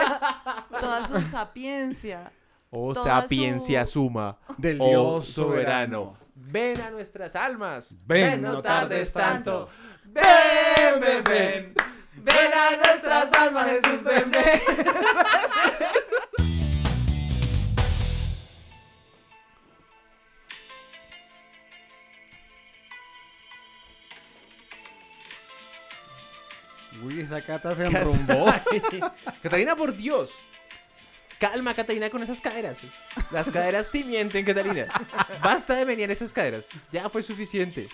Speaker 4: toda su sapiencia.
Speaker 5: Oh
Speaker 4: toda su-
Speaker 5: sapiencia suma
Speaker 3: Del
Speaker 5: oh
Speaker 3: Dios
Speaker 5: soberano. Ven a nuestras almas.
Speaker 3: Ven, no tardes
Speaker 5: tanto. Ven, ven, ven. Ven a nuestras almas, Jesús, ven, ven.
Speaker 3: Uy, esa cata se enrumbó.
Speaker 5: enrumbó. Catalina, por Dios. Calma, Catalina, con esas caderas. Las caderas sí mienten, Catalina. Basta de venir esas caderas. Ya fue suficiente.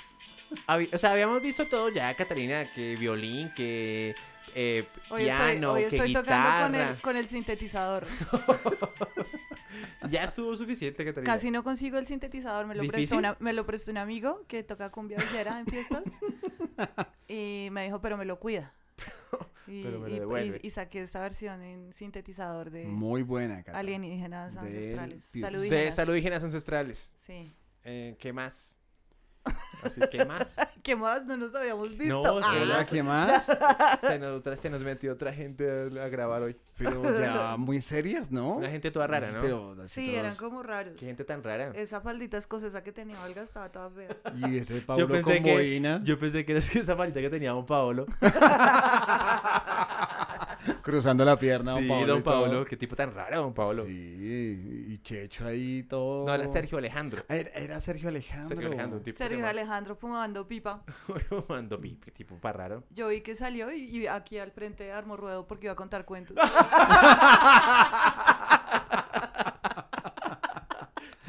Speaker 5: Habi- o sea, habíamos visto todo ya, Catalina, que violín, que eh,
Speaker 4: Hoy estoy,
Speaker 5: piano,
Speaker 4: hoy
Speaker 5: que
Speaker 4: estoy tocando
Speaker 5: guitarra.
Speaker 4: con el, con el sintetizador.
Speaker 5: Ya estuvo suficiente, Catalina.
Speaker 4: Casi no consigo el sintetizador, me lo, prestó
Speaker 5: ¿Difícil?
Speaker 4: una- me lo prestó un amigo que toca cumbia villera en fiestas y me dijo, pero me lo cuida. Y,
Speaker 3: Pero me lo
Speaker 4: y- y-
Speaker 3: devuelve.
Speaker 4: y saqué esta versión en sintetizador de
Speaker 3: Muy buena, Cata.
Speaker 4: alienígenas
Speaker 3: Del
Speaker 4: ancestrales.
Speaker 3: Pius.
Speaker 5: De
Speaker 4: Saludígenas.
Speaker 5: saludígenas ancestrales.
Speaker 4: Sí.
Speaker 5: Eh, ¿Qué más? Así, ¿qué más?
Speaker 4: ¿Qué más? No nos habíamos visto.
Speaker 5: No,
Speaker 4: Ah.
Speaker 5: hola,
Speaker 3: ¿qué más?
Speaker 5: Se nos, tra- se nos metió otra gente a, a grabar hoy.
Speaker 3: Pero ya muy serias, ¿no?
Speaker 5: Una gente toda rara, ¿no?
Speaker 3: Pero así
Speaker 4: Sí,
Speaker 3: todos-
Speaker 4: eran como raros.
Speaker 5: Qué gente tan rara.
Speaker 4: Esa faldita escocesa que tenía Olga estaba toda fea.
Speaker 3: Y ese Pablo con
Speaker 5: que,
Speaker 3: boina.
Speaker 5: Yo pensé que era esa varita que tenía Don Paolo.
Speaker 3: Cruzando la pierna,
Speaker 5: sí,
Speaker 3: don Pablo.
Speaker 5: Don
Speaker 3: y todo.
Speaker 5: Paolo. Qué tipo tan raro, Don Paolo.
Speaker 3: Sí, y Checho ahí todo. Ah,
Speaker 5: No, era Sergio Alejandro.
Speaker 3: Era, era Sergio Alejandro.
Speaker 5: Sergio Alejandro, un tipo que se
Speaker 4: Sergio
Speaker 5: llama-
Speaker 4: Alejandro fumando pipa.
Speaker 5: Mando pi- qué tipo para raro.
Speaker 4: Yo vi que salió y, y aquí al frente armó ruedo porque iba a contar cuentos.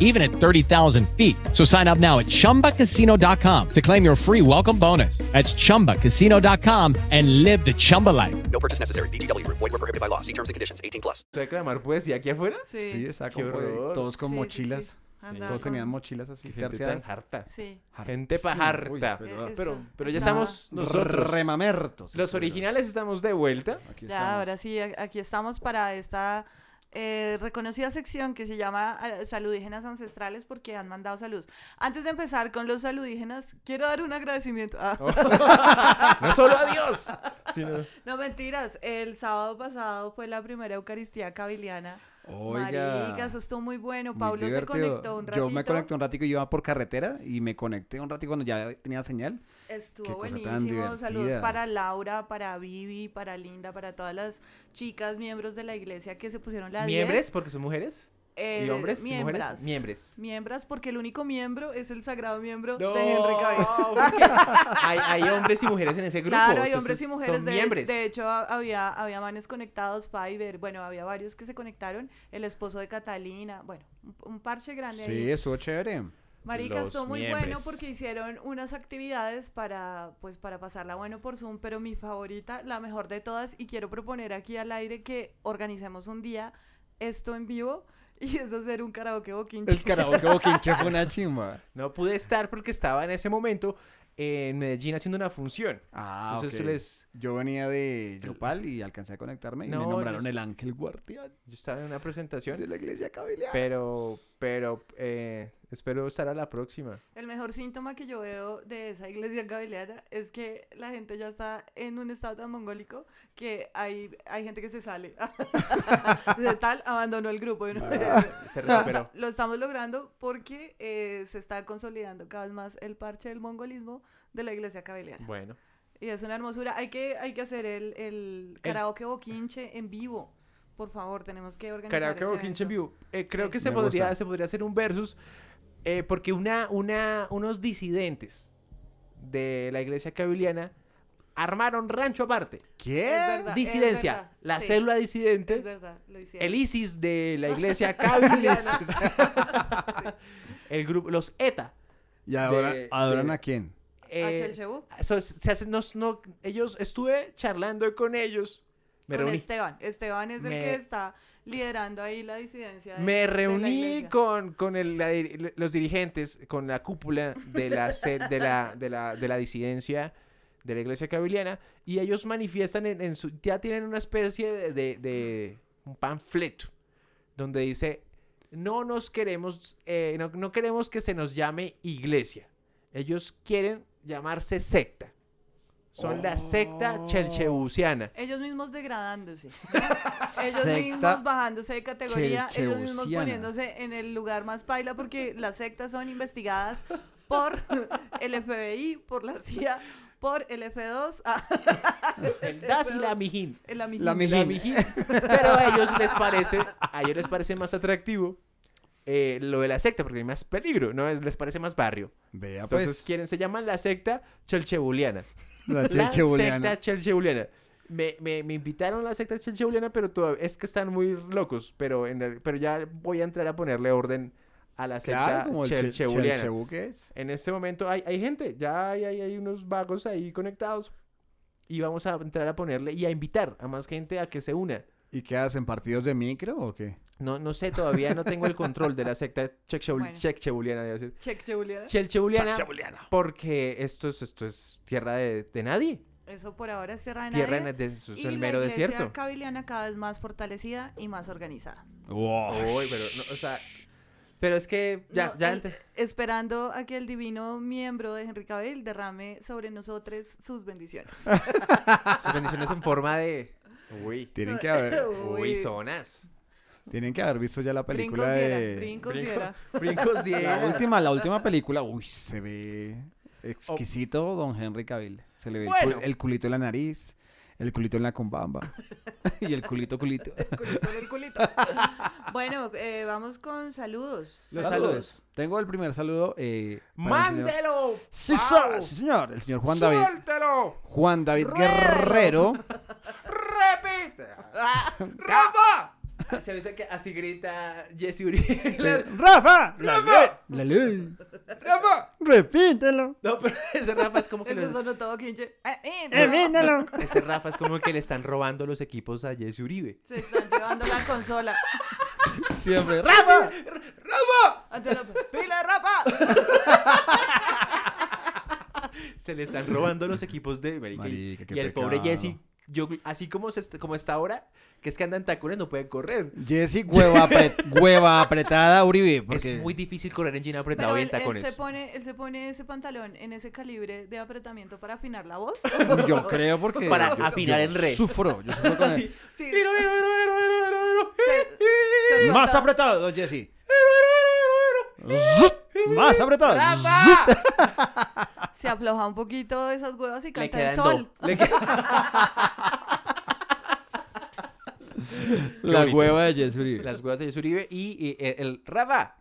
Speaker 7: even at 30,000 feet. So sign up now at chumbacasino.com to claim your free welcome bonus. That's chumbacasino.com and live the Chumba life.
Speaker 11: No purchase necessary. VGW Group. Void were prohibited by law. See terms and conditions. 18 plus.
Speaker 5: ¿Se reclamar poesía aquí afuera?
Speaker 4: Sí.
Speaker 3: Sí, está
Speaker 5: Qué
Speaker 3: como de-
Speaker 5: horror.
Speaker 3: todos con
Speaker 5: Sí, sí,
Speaker 3: mochilas.
Speaker 5: sí.
Speaker 4: Andaba
Speaker 3: Todos
Speaker 4: con-
Speaker 3: tenían mochilas así
Speaker 5: Qué gente tan
Speaker 3: terciadas.
Speaker 5: harta.
Speaker 4: Sí.
Speaker 5: Gente pa'
Speaker 3: Hartísima. Uy,
Speaker 5: harta.
Speaker 3: pero-
Speaker 4: Eh,
Speaker 5: Pero,
Speaker 4: esa-
Speaker 5: pero ya
Speaker 4: esa-
Speaker 5: estamos nosotros.
Speaker 3: Remamertos.
Speaker 5: Los originales estamos de vuelta.
Speaker 3: Aquí
Speaker 4: Ya, ahora sí, a- aquí estamos para esta eh, reconocida sección que se llama ah, Saludígenas Ancestrales porque han mandado saludos. Antes de empezar con los saludígenas, quiero dar un agradecimiento. Ah.
Speaker 3: Oh.
Speaker 5: No solo a Dios, sino
Speaker 4: No mentiras, el sábado pasado fue la primera Eucaristía Cabiliana.
Speaker 3: Oiga.
Speaker 4: Marica, eso estuvo muy bueno.
Speaker 3: Muy
Speaker 4: Pablo se
Speaker 3: divertido.
Speaker 4: conectó un ratito.
Speaker 3: Yo me conecté un ratico, yo iba por carretera y me conecté un ratico cuando ya tenía señal. Qué
Speaker 4: Estuvo
Speaker 3: cosa tan
Speaker 4: buenísimo. Saludos
Speaker 3: divertida.
Speaker 4: para Laura, para Vivi, para Linda, para todas las chicas, miembros de la iglesia que se pusieron la 10.
Speaker 5: miembros, porque son mujeres.
Speaker 4: Eh,
Speaker 5: ¿Y hombres? ¿Y mujeres?
Speaker 4: Miembras.
Speaker 5: Miembres.
Speaker 4: Miembras, porque el único miembro es el sagrado miembro
Speaker 5: No,
Speaker 4: de Henry Cavill.
Speaker 5: porque hay, hay hombres y mujeres en ese grupo.
Speaker 4: Claro, hay
Speaker 5: entonces
Speaker 4: hombres y mujeres.
Speaker 5: Son
Speaker 4: De,
Speaker 5: miembros.
Speaker 4: de hecho, ha- había, había manes conectados, Fiverr, bueno, había varios que se conectaron. El esposo de Catalina, bueno, un, un parche grande ahí.
Speaker 3: Sí, estuvo chévere.
Speaker 4: Marica,
Speaker 3: Los
Speaker 4: estuvo muy bueno
Speaker 3: miembros.
Speaker 4: porque hicieron unas actividades para, pues, para pasarla bueno por Zoom, pero mi favorita, la mejor de todas, y quiero proponer aquí al aire que organicemos un día esto en vivo y es hacer un karaoke boquinche.
Speaker 3: El karaoke boquinche fue una chimba.
Speaker 5: No pude estar porque estaba en ese momento en Medellín haciendo una función.
Speaker 3: Ah,
Speaker 5: Entonces
Speaker 3: ok.
Speaker 5: les...
Speaker 3: Yo venía de Yopal y alcancé a conectarme y me
Speaker 5: No,
Speaker 3: nombraron
Speaker 5: yo-
Speaker 3: el ángel guardián
Speaker 5: Yo estaba en una presentación.
Speaker 3: de la iglesia cabiliana.
Speaker 5: Pero, pero, eh, espero estar a la próxima.
Speaker 4: El mejor síntoma que yo veo de esa iglesia gavileana es que la gente ya está en un estado tan mongólico que hay, hay gente que se sale. de tal, abandonó el grupo. y uno-
Speaker 5: Se
Speaker 4: Lo esta-
Speaker 5: recuperó.
Speaker 4: Lo estamos logrando porque eh, se está consolidando cada vez más el parche del mongolismo de la iglesia gavileana.
Speaker 5: Bueno.
Speaker 4: Y es una hermosura. Hay que, hay que hacer el, el karaoke boquinche en vivo. Por favor, tenemos que organizar
Speaker 5: Karaoke
Speaker 4: ese
Speaker 5: Boquinche en
Speaker 4: evento.
Speaker 5: vivo. Eh, creo que se
Speaker 3: Me
Speaker 5: podría,
Speaker 3: gusta.
Speaker 5: se podría hacer un versus. eh, porque una, una, unos disidentes de la iglesia cabiliana armaron rancho aparte.
Speaker 3: ¿Qué?
Speaker 4: Es verdad, es
Speaker 5: Disidencia.
Speaker 4: verdad.
Speaker 5: La
Speaker 4: Sí,
Speaker 5: célula
Speaker 4: Es
Speaker 5: disidente.
Speaker 4: verdad, lo hicieron.
Speaker 5: El ISIS de la iglesia cabiliana. el grupo, los ETA.
Speaker 3: ¿Y ahora
Speaker 5: de-
Speaker 3: adoran
Speaker 5: de-
Speaker 3: a quién?
Speaker 4: Ah,
Speaker 5: eh,
Speaker 4: Chelchebú?
Speaker 5: so- se hacen- nos- no- ellos estuve charlando con ellos.
Speaker 2: Me
Speaker 4: con este
Speaker 2: reuní.
Speaker 4: Esteban. Esteban es el
Speaker 2: Me-
Speaker 4: que está liderando ahí la disidencia. de-
Speaker 5: Me
Speaker 4: de la
Speaker 5: reuní
Speaker 4: iglesia.
Speaker 5: con, con el- la dir- los dirigentes, con la cúpula de la, cel- de la, de la, de la disidencia de la iglesia cabiliana y ellos manifiestan en, en su... Ya tienen una especie de, de- de un panfleto donde dice, no nos queremos, eh, no, no queremos que se nos llame iglesia. Ellos quieren llamarse secta. Son la secta chelchebusiana.
Speaker 4: Ellos mismos degradándose. ¿no? ellos
Speaker 5: Secta
Speaker 4: mismos bajándose de categoría, ellos mismos
Speaker 5: chelcheusiana.
Speaker 4: poniéndose en el lugar más paila porque las sectas son investigadas por el FBI, por la CIA, por el F2. ah,
Speaker 5: El DAS y la Mijín.
Speaker 4: El Amijín.
Speaker 5: La Mijín. Pero a ellos les parece, a ellos les parece más atractivo eh, lo de la secta, porque hay más peligro, ¿no? Es- Les parece más barrio.
Speaker 3: Vea,
Speaker 5: Entonces,
Speaker 3: pues.
Speaker 5: quieren, se llaman la secta chelchebuliana.
Speaker 3: La chelchebuliana.
Speaker 5: secta chelchebuliana. Me, me, me invitaron a la secta chelchebuliana, pero todavía, es que están muy locos. Pero, en el- pero ya voy a entrar a ponerle orden a la secta
Speaker 3: Claro, como el che-
Speaker 5: chelchebuliana.
Speaker 3: chelchebu que es.
Speaker 5: En este momento hay, hay gente, ya hay, hay, hay unos vagos ahí conectados. Y vamos a entrar a ponerle y a invitar a más gente a que se una.
Speaker 3: ¿Y qué hacen? ¿Partidos de micro o qué?
Speaker 5: No, no sé, todavía no tengo el control de la secta chechebul-
Speaker 4: Bueno. ¿Eh?
Speaker 5: checheboliana, debe ser.
Speaker 4: Chelchebuliana.
Speaker 5: Chelchebuliana,
Speaker 4: Chelchebuliana.
Speaker 5: Porque esto es, esto es tierra de, de nadie.
Speaker 4: Eso por ahora es tierra de
Speaker 5: Tierra
Speaker 4: nadie.
Speaker 5: de- de- eso es
Speaker 4: y
Speaker 5: el
Speaker 4: la
Speaker 5: mero
Speaker 4: iglesia
Speaker 5: desierto.
Speaker 4: cabiliana cada vez más fortalecida y más organizada.
Speaker 5: Uy, pero, no, o sea, pero es que ya,
Speaker 4: No,
Speaker 5: ya
Speaker 4: el-
Speaker 5: antes-
Speaker 4: Esperando a que el divino miembro de Henry Cavill derrame sobre nosotros sus bendiciones.
Speaker 5: ah, sus bendiciones en forma de... Uy.
Speaker 3: Tienen que haber-
Speaker 5: Uy,
Speaker 3: Uy.
Speaker 5: zonas.
Speaker 3: Tienen que haber visto ya la película
Speaker 5: Brincos diera,
Speaker 3: de.
Speaker 5: brincos Brinco- diera. brincos diera.
Speaker 3: La última, la última película, uy, se ve exquisito Don Henry Cavill. Se le ve el cul-
Speaker 5: Bueno.
Speaker 3: el, culito en la nariz, el culito en la combamba y el culito, culito.
Speaker 4: Con el culito. bueno, eh, vamos con saludos.
Speaker 3: Los saludos. Tengo el primer saludo. Eh, para el señor-
Speaker 5: ¡Mándelo!
Speaker 3: Sí,
Speaker 5: pavo!
Speaker 3: sí, señor. El señor Juan David.
Speaker 5: ¡Suéltelo!
Speaker 3: Juan David
Speaker 5: ¡Ruédalo!
Speaker 3: Guerrero.
Speaker 5: ¡Repite! ¡Ah! ¡Rafa! Ah, Se dice que así grita Jesse Uribe.
Speaker 3: ¡Rafa! ¡Rafa! La ley.
Speaker 5: ¡Rafa!
Speaker 3: Repítelo.
Speaker 5: No, pero ese Rafa es como que...
Speaker 4: Eso
Speaker 5: los-
Speaker 4: sonó todo quinche. Eh, eh,
Speaker 5: No,
Speaker 4: no.
Speaker 5: no, Ese Rafa es como que le están robando los equipos a Jesse Uribe.
Speaker 4: Se están llevando la consola.
Speaker 3: Siempre. ¡Rafa!
Speaker 4: ¡Rapa! Antes no, ¡Pila, rapa!
Speaker 5: Se le están robando los equipos de... marica, y-
Speaker 3: Marica, qué
Speaker 5: y el pobre
Speaker 3: pecado.
Speaker 5: Jesse, yo, así como, se est- como está ahora, que es que andan tacones, no pueden correr.
Speaker 3: Jessy, hueva, apre- hueva apretada, Uribe. Porque...
Speaker 5: Es muy difícil correr en jean apretado
Speaker 4: Pero
Speaker 5: y
Speaker 4: él,
Speaker 5: en
Speaker 4: él
Speaker 5: tacones.
Speaker 4: se pone, él se pone ese pantalón en ese calibre de apretamiento para afinar la voz.
Speaker 3: Yo creo porque.
Speaker 5: Para
Speaker 3: yo- yo
Speaker 5: afinar en re.
Speaker 3: Sufro. Yo sufro con el-
Speaker 4: Sí.
Speaker 3: Más apretado, don Jesse. Zut. Más apretado. Zut.
Speaker 4: Se afloja un poquito esas huevas y
Speaker 5: Le
Speaker 4: canta el
Speaker 5: quedan
Speaker 4: sol.
Speaker 5: do. Le queda-
Speaker 3: La
Speaker 5: bonito.
Speaker 3: hueva de Jesse Uribe.
Speaker 5: Las huevas de Jesse Uribe y, y, eh, el Rafa.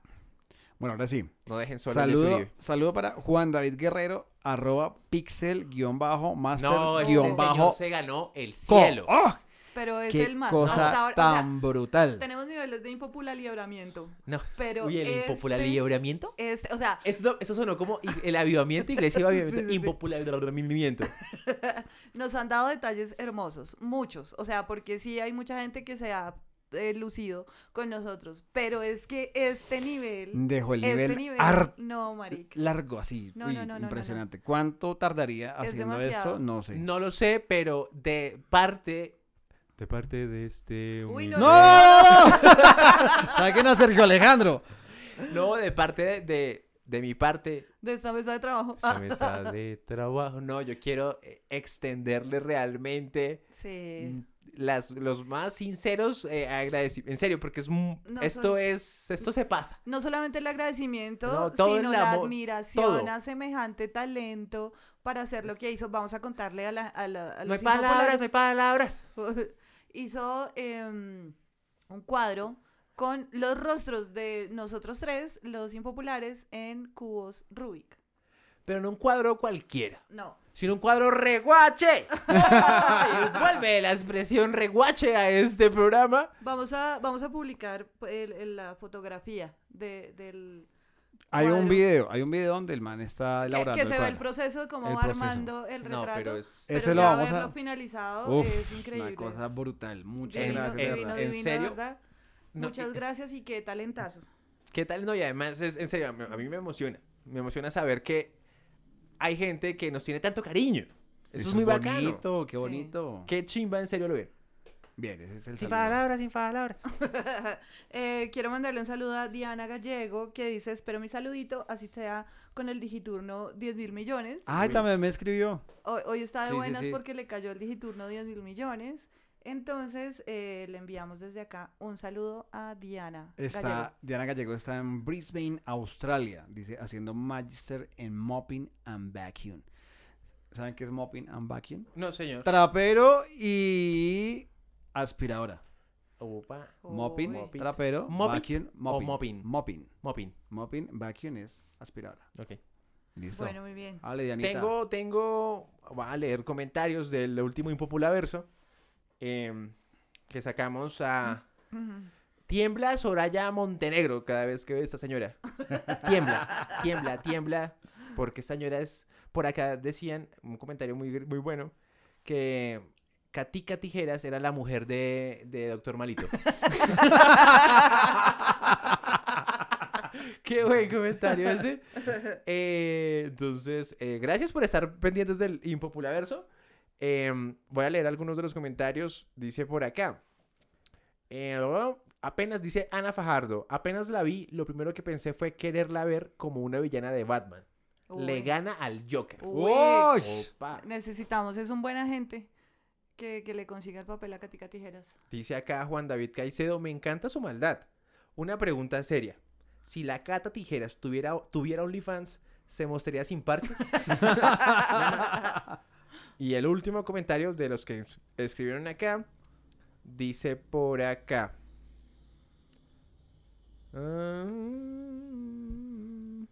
Speaker 3: Bueno, ahora sí.
Speaker 5: No dejen solo a Jesse
Speaker 3: Saludo,
Speaker 5: Uribe.
Speaker 3: saludo para Juan David Guerrero, arroba pixel guión bajo, master
Speaker 5: No, este
Speaker 3: guión
Speaker 5: señor
Speaker 3: bajo.
Speaker 5: se ganó el
Speaker 3: co-
Speaker 5: cielo.
Speaker 3: ¡Ah!
Speaker 4: Pero es
Speaker 3: Qué
Speaker 4: el más.
Speaker 3: cosa
Speaker 4: Hasta ahora, o sea,
Speaker 3: tan brutal.
Speaker 4: tenemos niveles de impopularibramiento.
Speaker 5: No.
Speaker 4: Pero
Speaker 5: Uy, el
Speaker 4: este-
Speaker 5: impopular libramiento.
Speaker 4: Este, o sea,
Speaker 5: Esto, eso sonó como i- el avivamiento, iglesia y avivamiento, impopular libramiento.
Speaker 4: nos han dado detalles hermosos, muchos. O sea, porque sí hay mucha gente que se ha eh, lucido con nosotros. Pero es que este nivel.
Speaker 3: Dejó el
Speaker 4: este
Speaker 3: nivel ar-
Speaker 4: no, marica.
Speaker 3: Largo, así.
Speaker 4: No,
Speaker 3: uy,
Speaker 4: no, no, no, no,
Speaker 3: impresionante. ¿Cuánto tardaría
Speaker 4: Es
Speaker 3: haciendo
Speaker 4: demasiado.
Speaker 3: esto? No sé.
Speaker 5: No lo sé, pero de parte. De parte de este.
Speaker 4: Uy,
Speaker 5: humilde-
Speaker 3: ¡No, no, no! Saquen a Sergio Alejandro.
Speaker 5: No, de parte de, de, de mi parte.
Speaker 4: De esta mesa de trabajo.
Speaker 5: Esta mesa de trabajo. No, yo quiero eh, extenderle realmente Mm.
Speaker 4: Sí.
Speaker 5: las, los más sinceros eh, agradecimientos. En serio, porque es un-
Speaker 4: No,
Speaker 5: esto
Speaker 4: son-
Speaker 5: es. Esto se pasa.
Speaker 4: No solamente el agradecimiento,
Speaker 5: No, todo
Speaker 4: sino
Speaker 5: el
Speaker 4: la
Speaker 5: amor,
Speaker 4: admiración
Speaker 5: todo.
Speaker 4: a semejante talento para hacer lo que hizo. Vamos a contarle a, la, a, la- a
Speaker 5: No hay
Speaker 4: los
Speaker 5: palabras, no hay
Speaker 4: impopulares.
Speaker 5: palabras.
Speaker 4: hizo em, un cuadro con los rostros de nosotros tres, los impopulares, en cubos Rubik.
Speaker 5: Pero no un cuadro cualquiera,
Speaker 4: No.
Speaker 5: sino un cuadro reguache. Y Vuelve la expresión reguache a este programa.
Speaker 4: Vamos a, vamos a publicar el- el- la fotografía de, del
Speaker 3: Hay un
Speaker 4: cuadros.
Speaker 3: video, hay un video donde el man está
Speaker 4: Que-
Speaker 3: elaborando
Speaker 4: Que se ve
Speaker 3: cuadro.
Speaker 4: el proceso de cómo
Speaker 3: El
Speaker 4: va
Speaker 3: proceso.
Speaker 4: armando el retrato. pero es...
Speaker 3: Ese lo vamos a...
Speaker 4: haberlo finalizado
Speaker 3: Uf,
Speaker 4: es increíble.
Speaker 3: Una cosa brutal. Muchas
Speaker 4: Divino,
Speaker 5: eh,
Speaker 3: gracias. de
Speaker 4: divino,
Speaker 3: verdad.
Speaker 4: divino,
Speaker 5: serio?
Speaker 4: ¿verdad?
Speaker 5: No,
Speaker 4: Muchas
Speaker 5: y-
Speaker 4: gracias y qué talentazo.
Speaker 5: ¿Qué tal? No, y además, es, en serio, a mí- a mí me emociona. Me emociona saber que hay gente que nos tiene tanto cariño. Eso, es muy bacano.
Speaker 3: bonito, qué bonito.
Speaker 5: Qué chimba, en serio, lo ver.
Speaker 3: Bien, ese es el
Speaker 5: Sin
Speaker 3: saludo.
Speaker 5: palabras, sin palabras.
Speaker 4: Eh, quiero mandarle un saludo a Diana Gallego que dice, espero mi saludito, así sea con el digiturno 10 mil millones.
Speaker 3: Ay, también me escribió.
Speaker 4: Hoy, hoy está de
Speaker 3: Sí, sí,
Speaker 4: buenas
Speaker 3: sí.
Speaker 4: porque le cayó el digiturno 10 mil millones. Entonces, eh, le enviamos desde acá un saludo a Diana.
Speaker 3: Está,
Speaker 4: Gallego.
Speaker 3: Diana Gallego está en Brisbane, Australia. Dice, haciendo magister en mopping and vacuum. ¿Saben qué es mopping and vacuum?
Speaker 5: No, señor.
Speaker 3: Trapero y aspiradora.
Speaker 5: Opa.
Speaker 3: Mopping,
Speaker 5: Uy.
Speaker 3: trapero,
Speaker 5: Mopping
Speaker 3: vacuum,
Speaker 5: o
Speaker 3: mopping.
Speaker 5: mopping?
Speaker 3: Mopping.
Speaker 5: Mopping.
Speaker 3: Mopping, vacuum es aspiradora.
Speaker 5: Ok.
Speaker 3: Listo. Ah.
Speaker 4: Bueno, muy bien.
Speaker 3: Hable, Dianita.
Speaker 5: Tengo, tengo, voy a leer comentarios del último Impopulaverso em, que sacamos a... Tiembla Soraya Montenegro cada vez que ve a esta señora. tiembla, tiembla, tiembla. Porque esta señora es... Por acá decían, un comentario muy, muy bueno, que Katica Tijeras era la mujer de, de Doctor Malito. Qué buen comentario ese. Eh, entonces, eh, gracias por estar pendientes del Impopulaverso. Em, voy a leer algunos de los comentarios. Dice por acá. Eh, apenas dice Ana Fajardo. Apenas la vi, lo primero que pensé fue quererla ver como una villana de Batman.
Speaker 4: Uy.
Speaker 5: Le gana al Joker.
Speaker 4: Uy.
Speaker 5: Opa.
Speaker 4: Necesitamos, es un buen agente que, que le consiga el papel a Catica Tijeras.
Speaker 5: Dice acá Juan David Caicedo, me encanta su maldad. Una pregunta seria. Si la Cata Tijeras tuviera, tuviera OnlyFans, ¿se mostraría sin parche? y el último comentario de los que escribieron acá, dice por acá. Ah. Mm.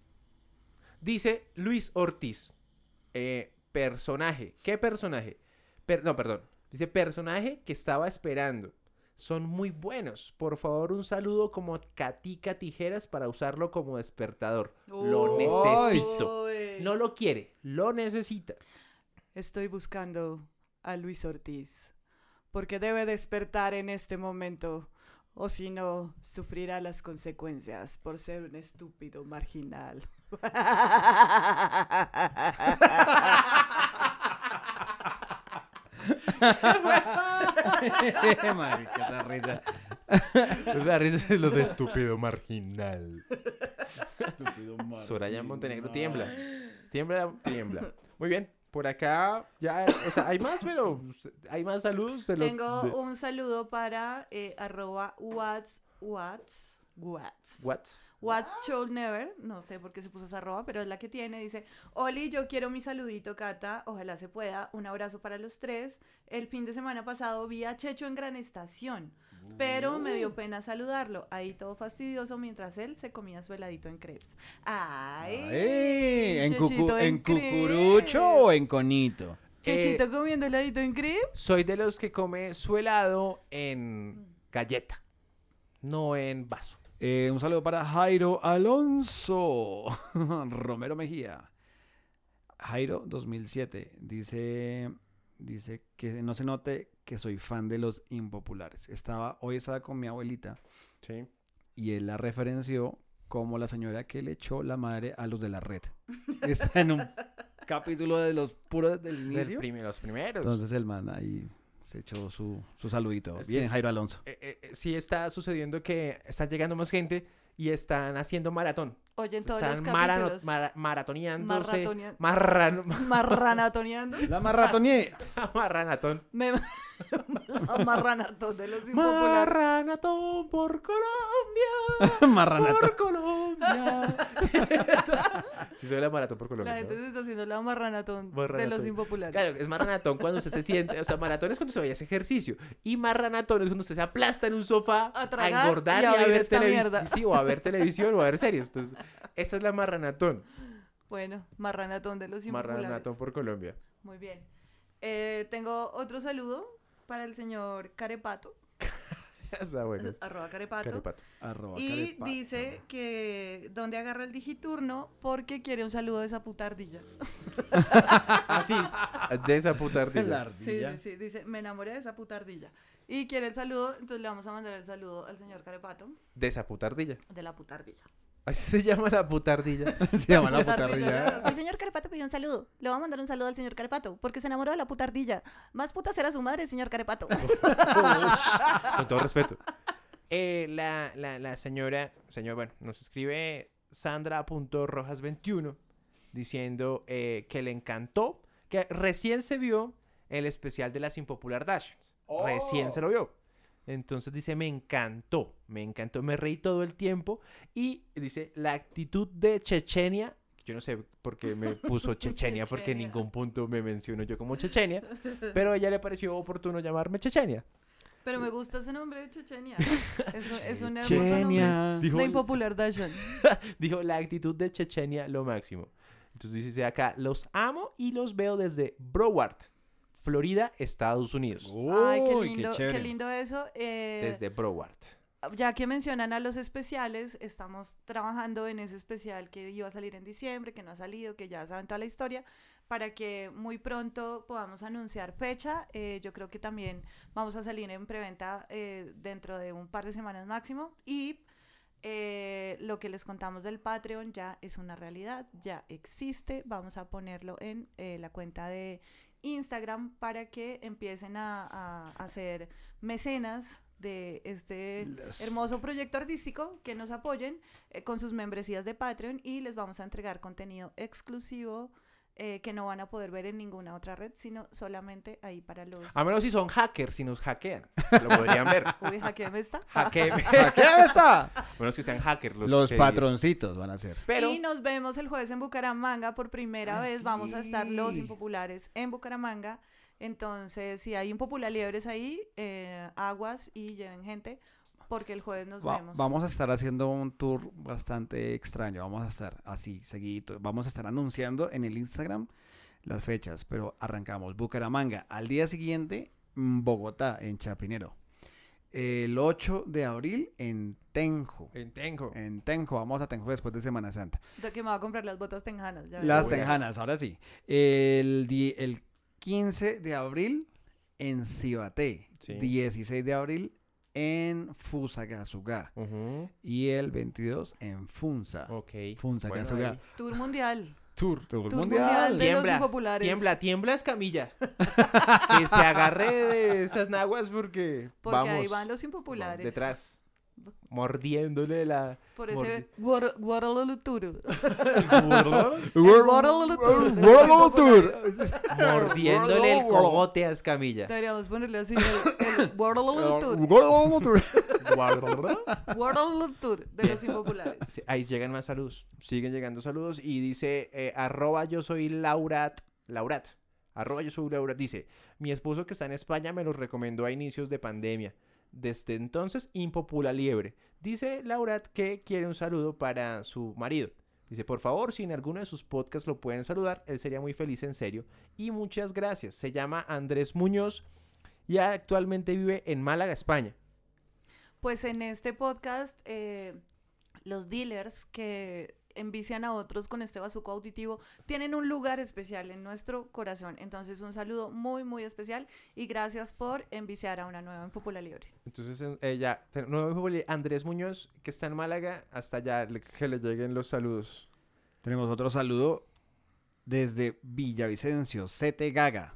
Speaker 5: Dice Luis Ortiz. eh, personaje. ¿Qué personaje? Per- no, perdón. Dice personaje que estaba esperando. Son muy buenos. Por favor, un saludo como Catica Tijeras para usarlo como despertador. Lo
Speaker 4: Uy.
Speaker 5: necesito. No lo quiere, lo necesita.
Speaker 4: Estoy buscando a Luis Ortiz, porque debe despertar en este momento, o si no, sufrirá las consecuencias por ser un estúpido marginal.
Speaker 3: Marica, esa risa.
Speaker 5: Pues
Speaker 2: La risa es lo de estúpido marginal.
Speaker 3: Estúpido marginal.
Speaker 5: Soraya Montenegro tiembla. Tiembla, tiembla. Muy bien. Por acá ya, o sea, hay más, pero usted- hay más saludos. de los-
Speaker 4: Tengo
Speaker 5: de-
Speaker 4: un saludo para eh, arroba what's, what's, what's.
Speaker 5: What?
Speaker 4: What's Should Never, no sé por qué se puso esa arroba, pero es la que tiene, dice, Oli, yo quiero mi saludito, Cata, ojalá se pueda, un abrazo para los tres. El fin de semana pasado vi a Checho en Gran Estación, pero me dio pena saludarlo, ahí todo fastidioso mientras él se comía su heladito en crepes. ¡Ay!
Speaker 3: Ey, ¿En, cucu-
Speaker 4: Chechito
Speaker 3: en
Speaker 4: crepes.
Speaker 3: cucurucho o en eh? conito?
Speaker 4: Chechito comiendo heladito en crepes.
Speaker 5: Eh, Soy de los que come su helado en galleta, no en vaso.
Speaker 3: Eh, un saludo para Jairo Alonso Romero Mejía. Jairo 2007 dice dice que no se note que soy fan de los impopulares. Estaba hoy estaba con mi abuelita.
Speaker 5: Sí.
Speaker 3: Y él la referenció como la señora que le echó la madre a los de la red. Está en un capítulo de los puros del
Speaker 5: Del
Speaker 3: inicio.
Speaker 5: prim- los primeros.
Speaker 3: Entonces el man ahí se echó su, su saludito.
Speaker 5: Es que
Speaker 3: Bien,
Speaker 5: es-
Speaker 3: Jairo Alonso.
Speaker 5: eh, eh, eh, sí está sucediendo que están llegando más gente y están haciendo maratón.
Speaker 4: Oyen todos
Speaker 5: están
Speaker 4: los
Speaker 5: mara-
Speaker 4: capítulos.
Speaker 5: mara- maratoneándose.
Speaker 4: Marratonean-
Speaker 5: Marran-
Speaker 4: Marranatoneando.
Speaker 3: La marratonía.
Speaker 5: Marranatón.
Speaker 4: Me... Marranatón de los impopulares.
Speaker 5: Marranatón por Colombia.
Speaker 3: Marranatón.
Speaker 5: Por Colombia. Si soy la maratón por Colombia.
Speaker 4: La gente
Speaker 5: ¿no?
Speaker 4: se está haciendo la marranatón, de
Speaker 5: Marranatón.
Speaker 4: los impopulares.
Speaker 5: Claro, es marranatón cuando usted se siente, o sea, maratón es cuando se vaya a hacer ejercicio y marranatón es cuando usted se aplasta en un sofá a,
Speaker 4: tragar
Speaker 5: engordar
Speaker 4: y a ver
Speaker 5: ver
Speaker 4: esta
Speaker 5: televis-
Speaker 4: mierda.
Speaker 5: sí, o a ver televisión o a ver series. Entonces, esa es la marranatón,
Speaker 4: Bueno, marranatón de los impopulares.
Speaker 5: marranatón por Colombia.
Speaker 4: Muy bien. Eh, tengo otro saludo para el señor Carepato.
Speaker 5: Está bueno.
Speaker 4: Arroba carepato.
Speaker 5: Carepato. Arroba
Speaker 4: y
Speaker 5: carepato.
Speaker 4: dice que donde agarra el digiturno porque quiere un saludo de esa puta ardilla.
Speaker 5: Así, de esa puta ardilla.
Speaker 4: Sí, sí, sí. Dice, me enamoré de esa puta ardilla. Y quiere el saludo, entonces le vamos a mandar el saludo al señor Carepato
Speaker 5: De esa puta ardilla.
Speaker 4: de la puta ardilla.
Speaker 5: Así se llama la puta ardilla. se
Speaker 3: llama la
Speaker 5: puta
Speaker 12: El señor Carepato pidió un saludo. Le va a mandar un saludo al señor Carepato porque se enamoró de la puta ardilla. Más puta será su madre, señor Carepato.
Speaker 5: Con todo respeto. Eh, la, la, la señora, señor, bueno, nos escribe Sandra.rojas21 diciendo eh, que le encantó, que recién se vio el especial de las Impopular Dashings. Recién se lo vio. Entonces dice, me encantó, me encantó, me reí todo el tiempo. Y dice, la actitud de Chechenia, yo no sé por qué me puso Chechenia, porque en
Speaker 2: Chechenia.
Speaker 5: ningún punto me menciono yo como Chechenia, pero a ella le pareció oportuno llamarme Chechenia.
Speaker 4: Pero me gusta ese nombre de Chechenia. Es, un- es un hermoso
Speaker 5: Chechenia.
Speaker 3: Ah.
Speaker 4: nombre.
Speaker 5: Dijo-
Speaker 4: De Impopular Dashing.
Speaker 5: Dijo, la actitud de Chechenia lo máximo. Entonces dice acá, los amo y los veo desde Broward, Florida, Estados Unidos.
Speaker 3: Oh.
Speaker 4: Ay, qué lindo, qué, lindo eso. Eh,
Speaker 5: Desde Broward.
Speaker 4: ya que mencionan a los especiales, estamos trabajando en ese especial que iba a salir en diciembre, que no ha salido, que ya saben toda la historia, para que muy pronto podamos anunciar fecha. Eh, yo creo que también vamos a salir en preventa eh, dentro de un par de semanas máximo. Y eh, lo que les contamos del Patreon ya es una realidad, ya existe. Vamos a ponerlo en eh, la cuenta de Instagram para que empiecen a, a- a ser mecenas de este
Speaker 3: Las-
Speaker 4: hermoso proyecto artístico, que nos apoyen eh, con sus membresías de Patreon y les vamos a entregar contenido exclusivo eh, que no van a poder ver en ninguna otra red, sino solamente ahí para los...
Speaker 5: A menos si son hackers, si nos hackean. Lo podrían ver.
Speaker 4: Uy, hackeame esta.
Speaker 5: Hackeame.
Speaker 3: Hackeame esta.
Speaker 5: Bueno, si sean hackers. Los,
Speaker 3: Los
Speaker 5: que-
Speaker 3: patroncitos van a ser.
Speaker 4: Y nos vemos el jueves en Bucaramanga por primera vez. Vamos a estar los impopulares en Bucaramanga. Entonces, si hay impopular liebres ahí, eh, aguas y lleven gente, porque el jueves nos
Speaker 3: Va-
Speaker 4: vemos.
Speaker 3: Vamos a estar haciendo un tour bastante extraño. Vamos a estar así, seguidito. Vamos a estar anunciando en el Instagram las fechas, pero arrancamos. Bucaramanga, al día siguiente, mm, Bogotá, en Chapinero. El 8 de abril en Tenjo.
Speaker 5: En Tenjo.
Speaker 3: En Tenjo, vamos a Tenjo después de Semana Santa.
Speaker 4: De que me voy a comprar las botas tenjanas. ya
Speaker 3: Las
Speaker 4: verás.
Speaker 3: Tenjanas, ahora sí. El, di- el 15 de abril en Cibaté. 16 de abril en Fusagasugá. Y el 22 en Funza.
Speaker 5: Ok.
Speaker 3: Fusagasugá.
Speaker 5: ahí.
Speaker 4: Tour mundial.
Speaker 3: Tour,
Speaker 4: Tour mundial de los impopulares.
Speaker 5: Tiembla, tiembla Escamilla. que se agarre de esas naguas porque.
Speaker 4: Porque ahí
Speaker 5: vamos,
Speaker 4: van los impopulares.
Speaker 5: Detrás. Mordiéndole la.
Speaker 4: Por
Speaker 5: mordi-
Speaker 4: ese guar- guaraluluturu. El guaraluluturu de los
Speaker 3: Tour.
Speaker 5: Mordiéndole el cogote a Escamilla.
Speaker 4: Deberíamos ponerle así el, el guaraluluturu. Guaraluluturu de los impopulares.
Speaker 5: Sí, Ahí llegan más saludos. Siguen llegando saludos. Y dice, eh, arroba yo soy Laurat. Laurat. Arroba yo soy Laurat. Dice, mi esposo que está en España me los recomendó a inicios de pandemia. Desde entonces, impopula liebre. Dice Laurat que quiere un saludo para su marido. Dice, por favor, si en alguno de sus podcasts lo pueden saludar, él sería muy feliz en serio. Y muchas gracias. Se llama Andrés Muñoz y actualmente vive en Málaga, España.
Speaker 4: Pues en este podcast, eh, los dealers que envician a otros con este bazuco auditivo tienen un lugar especial en nuestro corazón. Entonces, un saludo muy, muy especial y gracias por enviciar a una nueva en Popula Libre.
Speaker 5: Entonces, en- ella, te- nuevo futbolista, Andrés Muñoz, que está en Málaga, hasta allá le- que le lleguen los saludos.
Speaker 3: Tenemos otro saludo desde Villavicencio, Sete Gaga.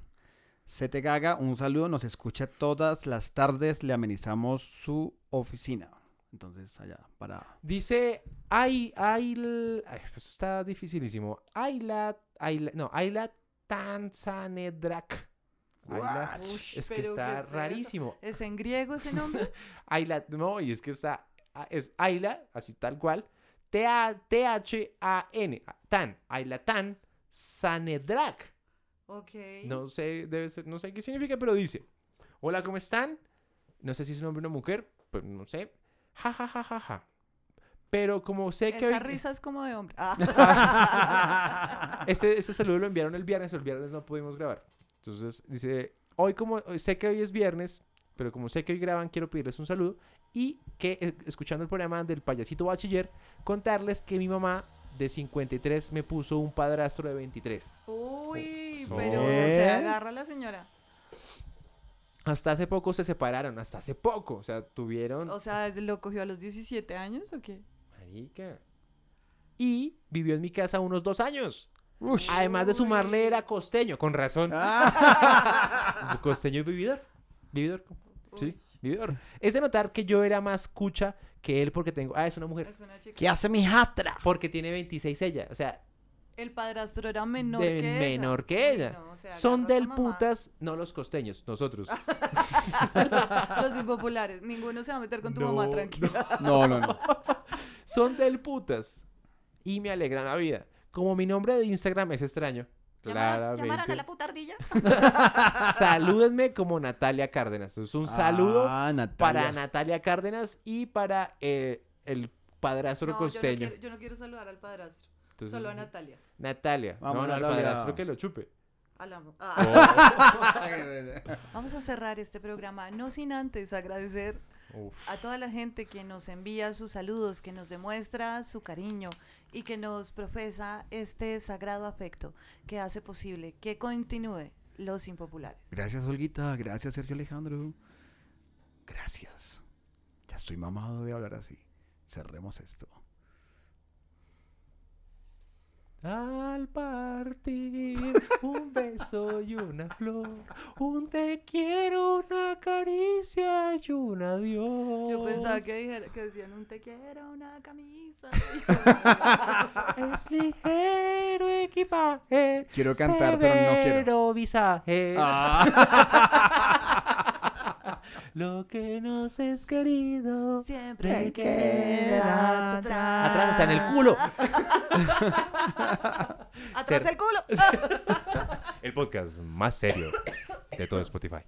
Speaker 3: Sete Gaga, un saludo, nos escucha todas las tardes, le amenizamos su oficina. Entonces, allá, para...
Speaker 5: Dice, ay, ay, l- ay, esto está dificilísimo. Ayla, Ayla, no, Ayla Tanzanedrak. Ayla,
Speaker 4: Ush,
Speaker 5: es que
Speaker 4: pero ¿qué
Speaker 5: está
Speaker 4: es eso?
Speaker 5: rarísimo.
Speaker 4: ¿Es en griego ese nombre?
Speaker 5: Ayla, no, y es que está, a- es Ayla, así tal cual, T-A- T-H-A-N, tan, Ayla Tan, Sanedrak.
Speaker 4: ok.
Speaker 5: No sé, debe ser, no sé qué significa, pero dice: Hola, ¿cómo están? No sé si es un hombre o una mujer, pues no sé. Ja, ja, ja, ja, ja. Pero como sé que.
Speaker 4: Esa
Speaker 5: hoy-
Speaker 4: risa es como de hombre. Ah.
Speaker 5: este, este saludo lo enviaron el viernes, el viernes no pudimos grabar. Entonces dice: Hoy, como hoy sé que hoy es viernes, pero como sé que hoy graban, quiero pedirles un saludo y que eh, escuchando el programa del payasito bachiller, contarles que mi mamá de 53 me puso un padrastro de 23.
Speaker 4: Uy,
Speaker 5: Oh.
Speaker 4: pero se agarra la señora.
Speaker 5: Hasta hace poco se separaron, hasta hace poco, o sea, tuvieron
Speaker 4: O sea, ¿lo cogió a los 17 años o qué?
Speaker 5: marica. Y vivió en mi casa unos dos años. Además de sumarle era costeño, con razón. costeño y vividor. Vividor. Sí, vividor. Es de notar que yo era más cucha que él porque tengo... Ah, es una mujer.
Speaker 3: ¿Qué hace mi jatra?
Speaker 5: Porque tiene 26 ella. O sea,
Speaker 4: El padrastro era menor
Speaker 5: de-
Speaker 4: que ella.
Speaker 5: menor que ella. Son del putas, no los costeños, nosotros.
Speaker 4: Los impopulares. Ninguno se va a meter con tu mamá, tranquila.
Speaker 5: No, no, no. Son del putas. Y me alegran la vida. Como mi nombre de Instagram es extraño.
Speaker 12: ¿Llamaron a
Speaker 5: Claramente.
Speaker 12: la puta ardilla?
Speaker 5: Salúdenme como Natalia Cárdenas. Es un
Speaker 3: Ah,
Speaker 5: saludo
Speaker 3: Natalia.
Speaker 5: para Natalia Cárdenas y para eh, el padrastro
Speaker 4: No, yo, no
Speaker 5: costeño.
Speaker 4: quiero, yo no quiero saludar al padrastro.
Speaker 5: Entonces,
Speaker 4: Solo a Natalia.
Speaker 5: Natalia.
Speaker 3: Vamos,
Speaker 5: no, no, al
Speaker 3: Natalia.
Speaker 5: padrastro que lo chupe.
Speaker 4: A la mo-
Speaker 3: Ah.
Speaker 4: Oh. Vamos a cerrar este programa, no sin antes agradecer
Speaker 5: Uf.
Speaker 4: a toda la gente que nos envía sus saludos, que nos demuestra su cariño y que nos profesa este sagrado afecto que hace posible que continúe los impopulares.
Speaker 3: Gracias, Olguita. Gracias, Sergio Alejandro. Gracias. Ya estoy mamado de hablar así. Cerremos esto.
Speaker 5: Al partir un beso y una flor, un te quiero, una caricia y un adiós.
Speaker 4: Yo pensaba que, dijera- que decían un te quiero, una camisa.
Speaker 5: es ligero equipaje.
Speaker 3: Quiero cantar, pero no quiero.
Speaker 5: severo visaje.
Speaker 3: Ah.
Speaker 5: Lo que nos es querido
Speaker 4: siempre
Speaker 5: queda
Speaker 4: queda
Speaker 5: atrás.
Speaker 4: atrás.
Speaker 5: en el culo.
Speaker 4: Atrás
Speaker 5: Cer-
Speaker 4: el culo.
Speaker 5: el podcast más serio de todo Spotify.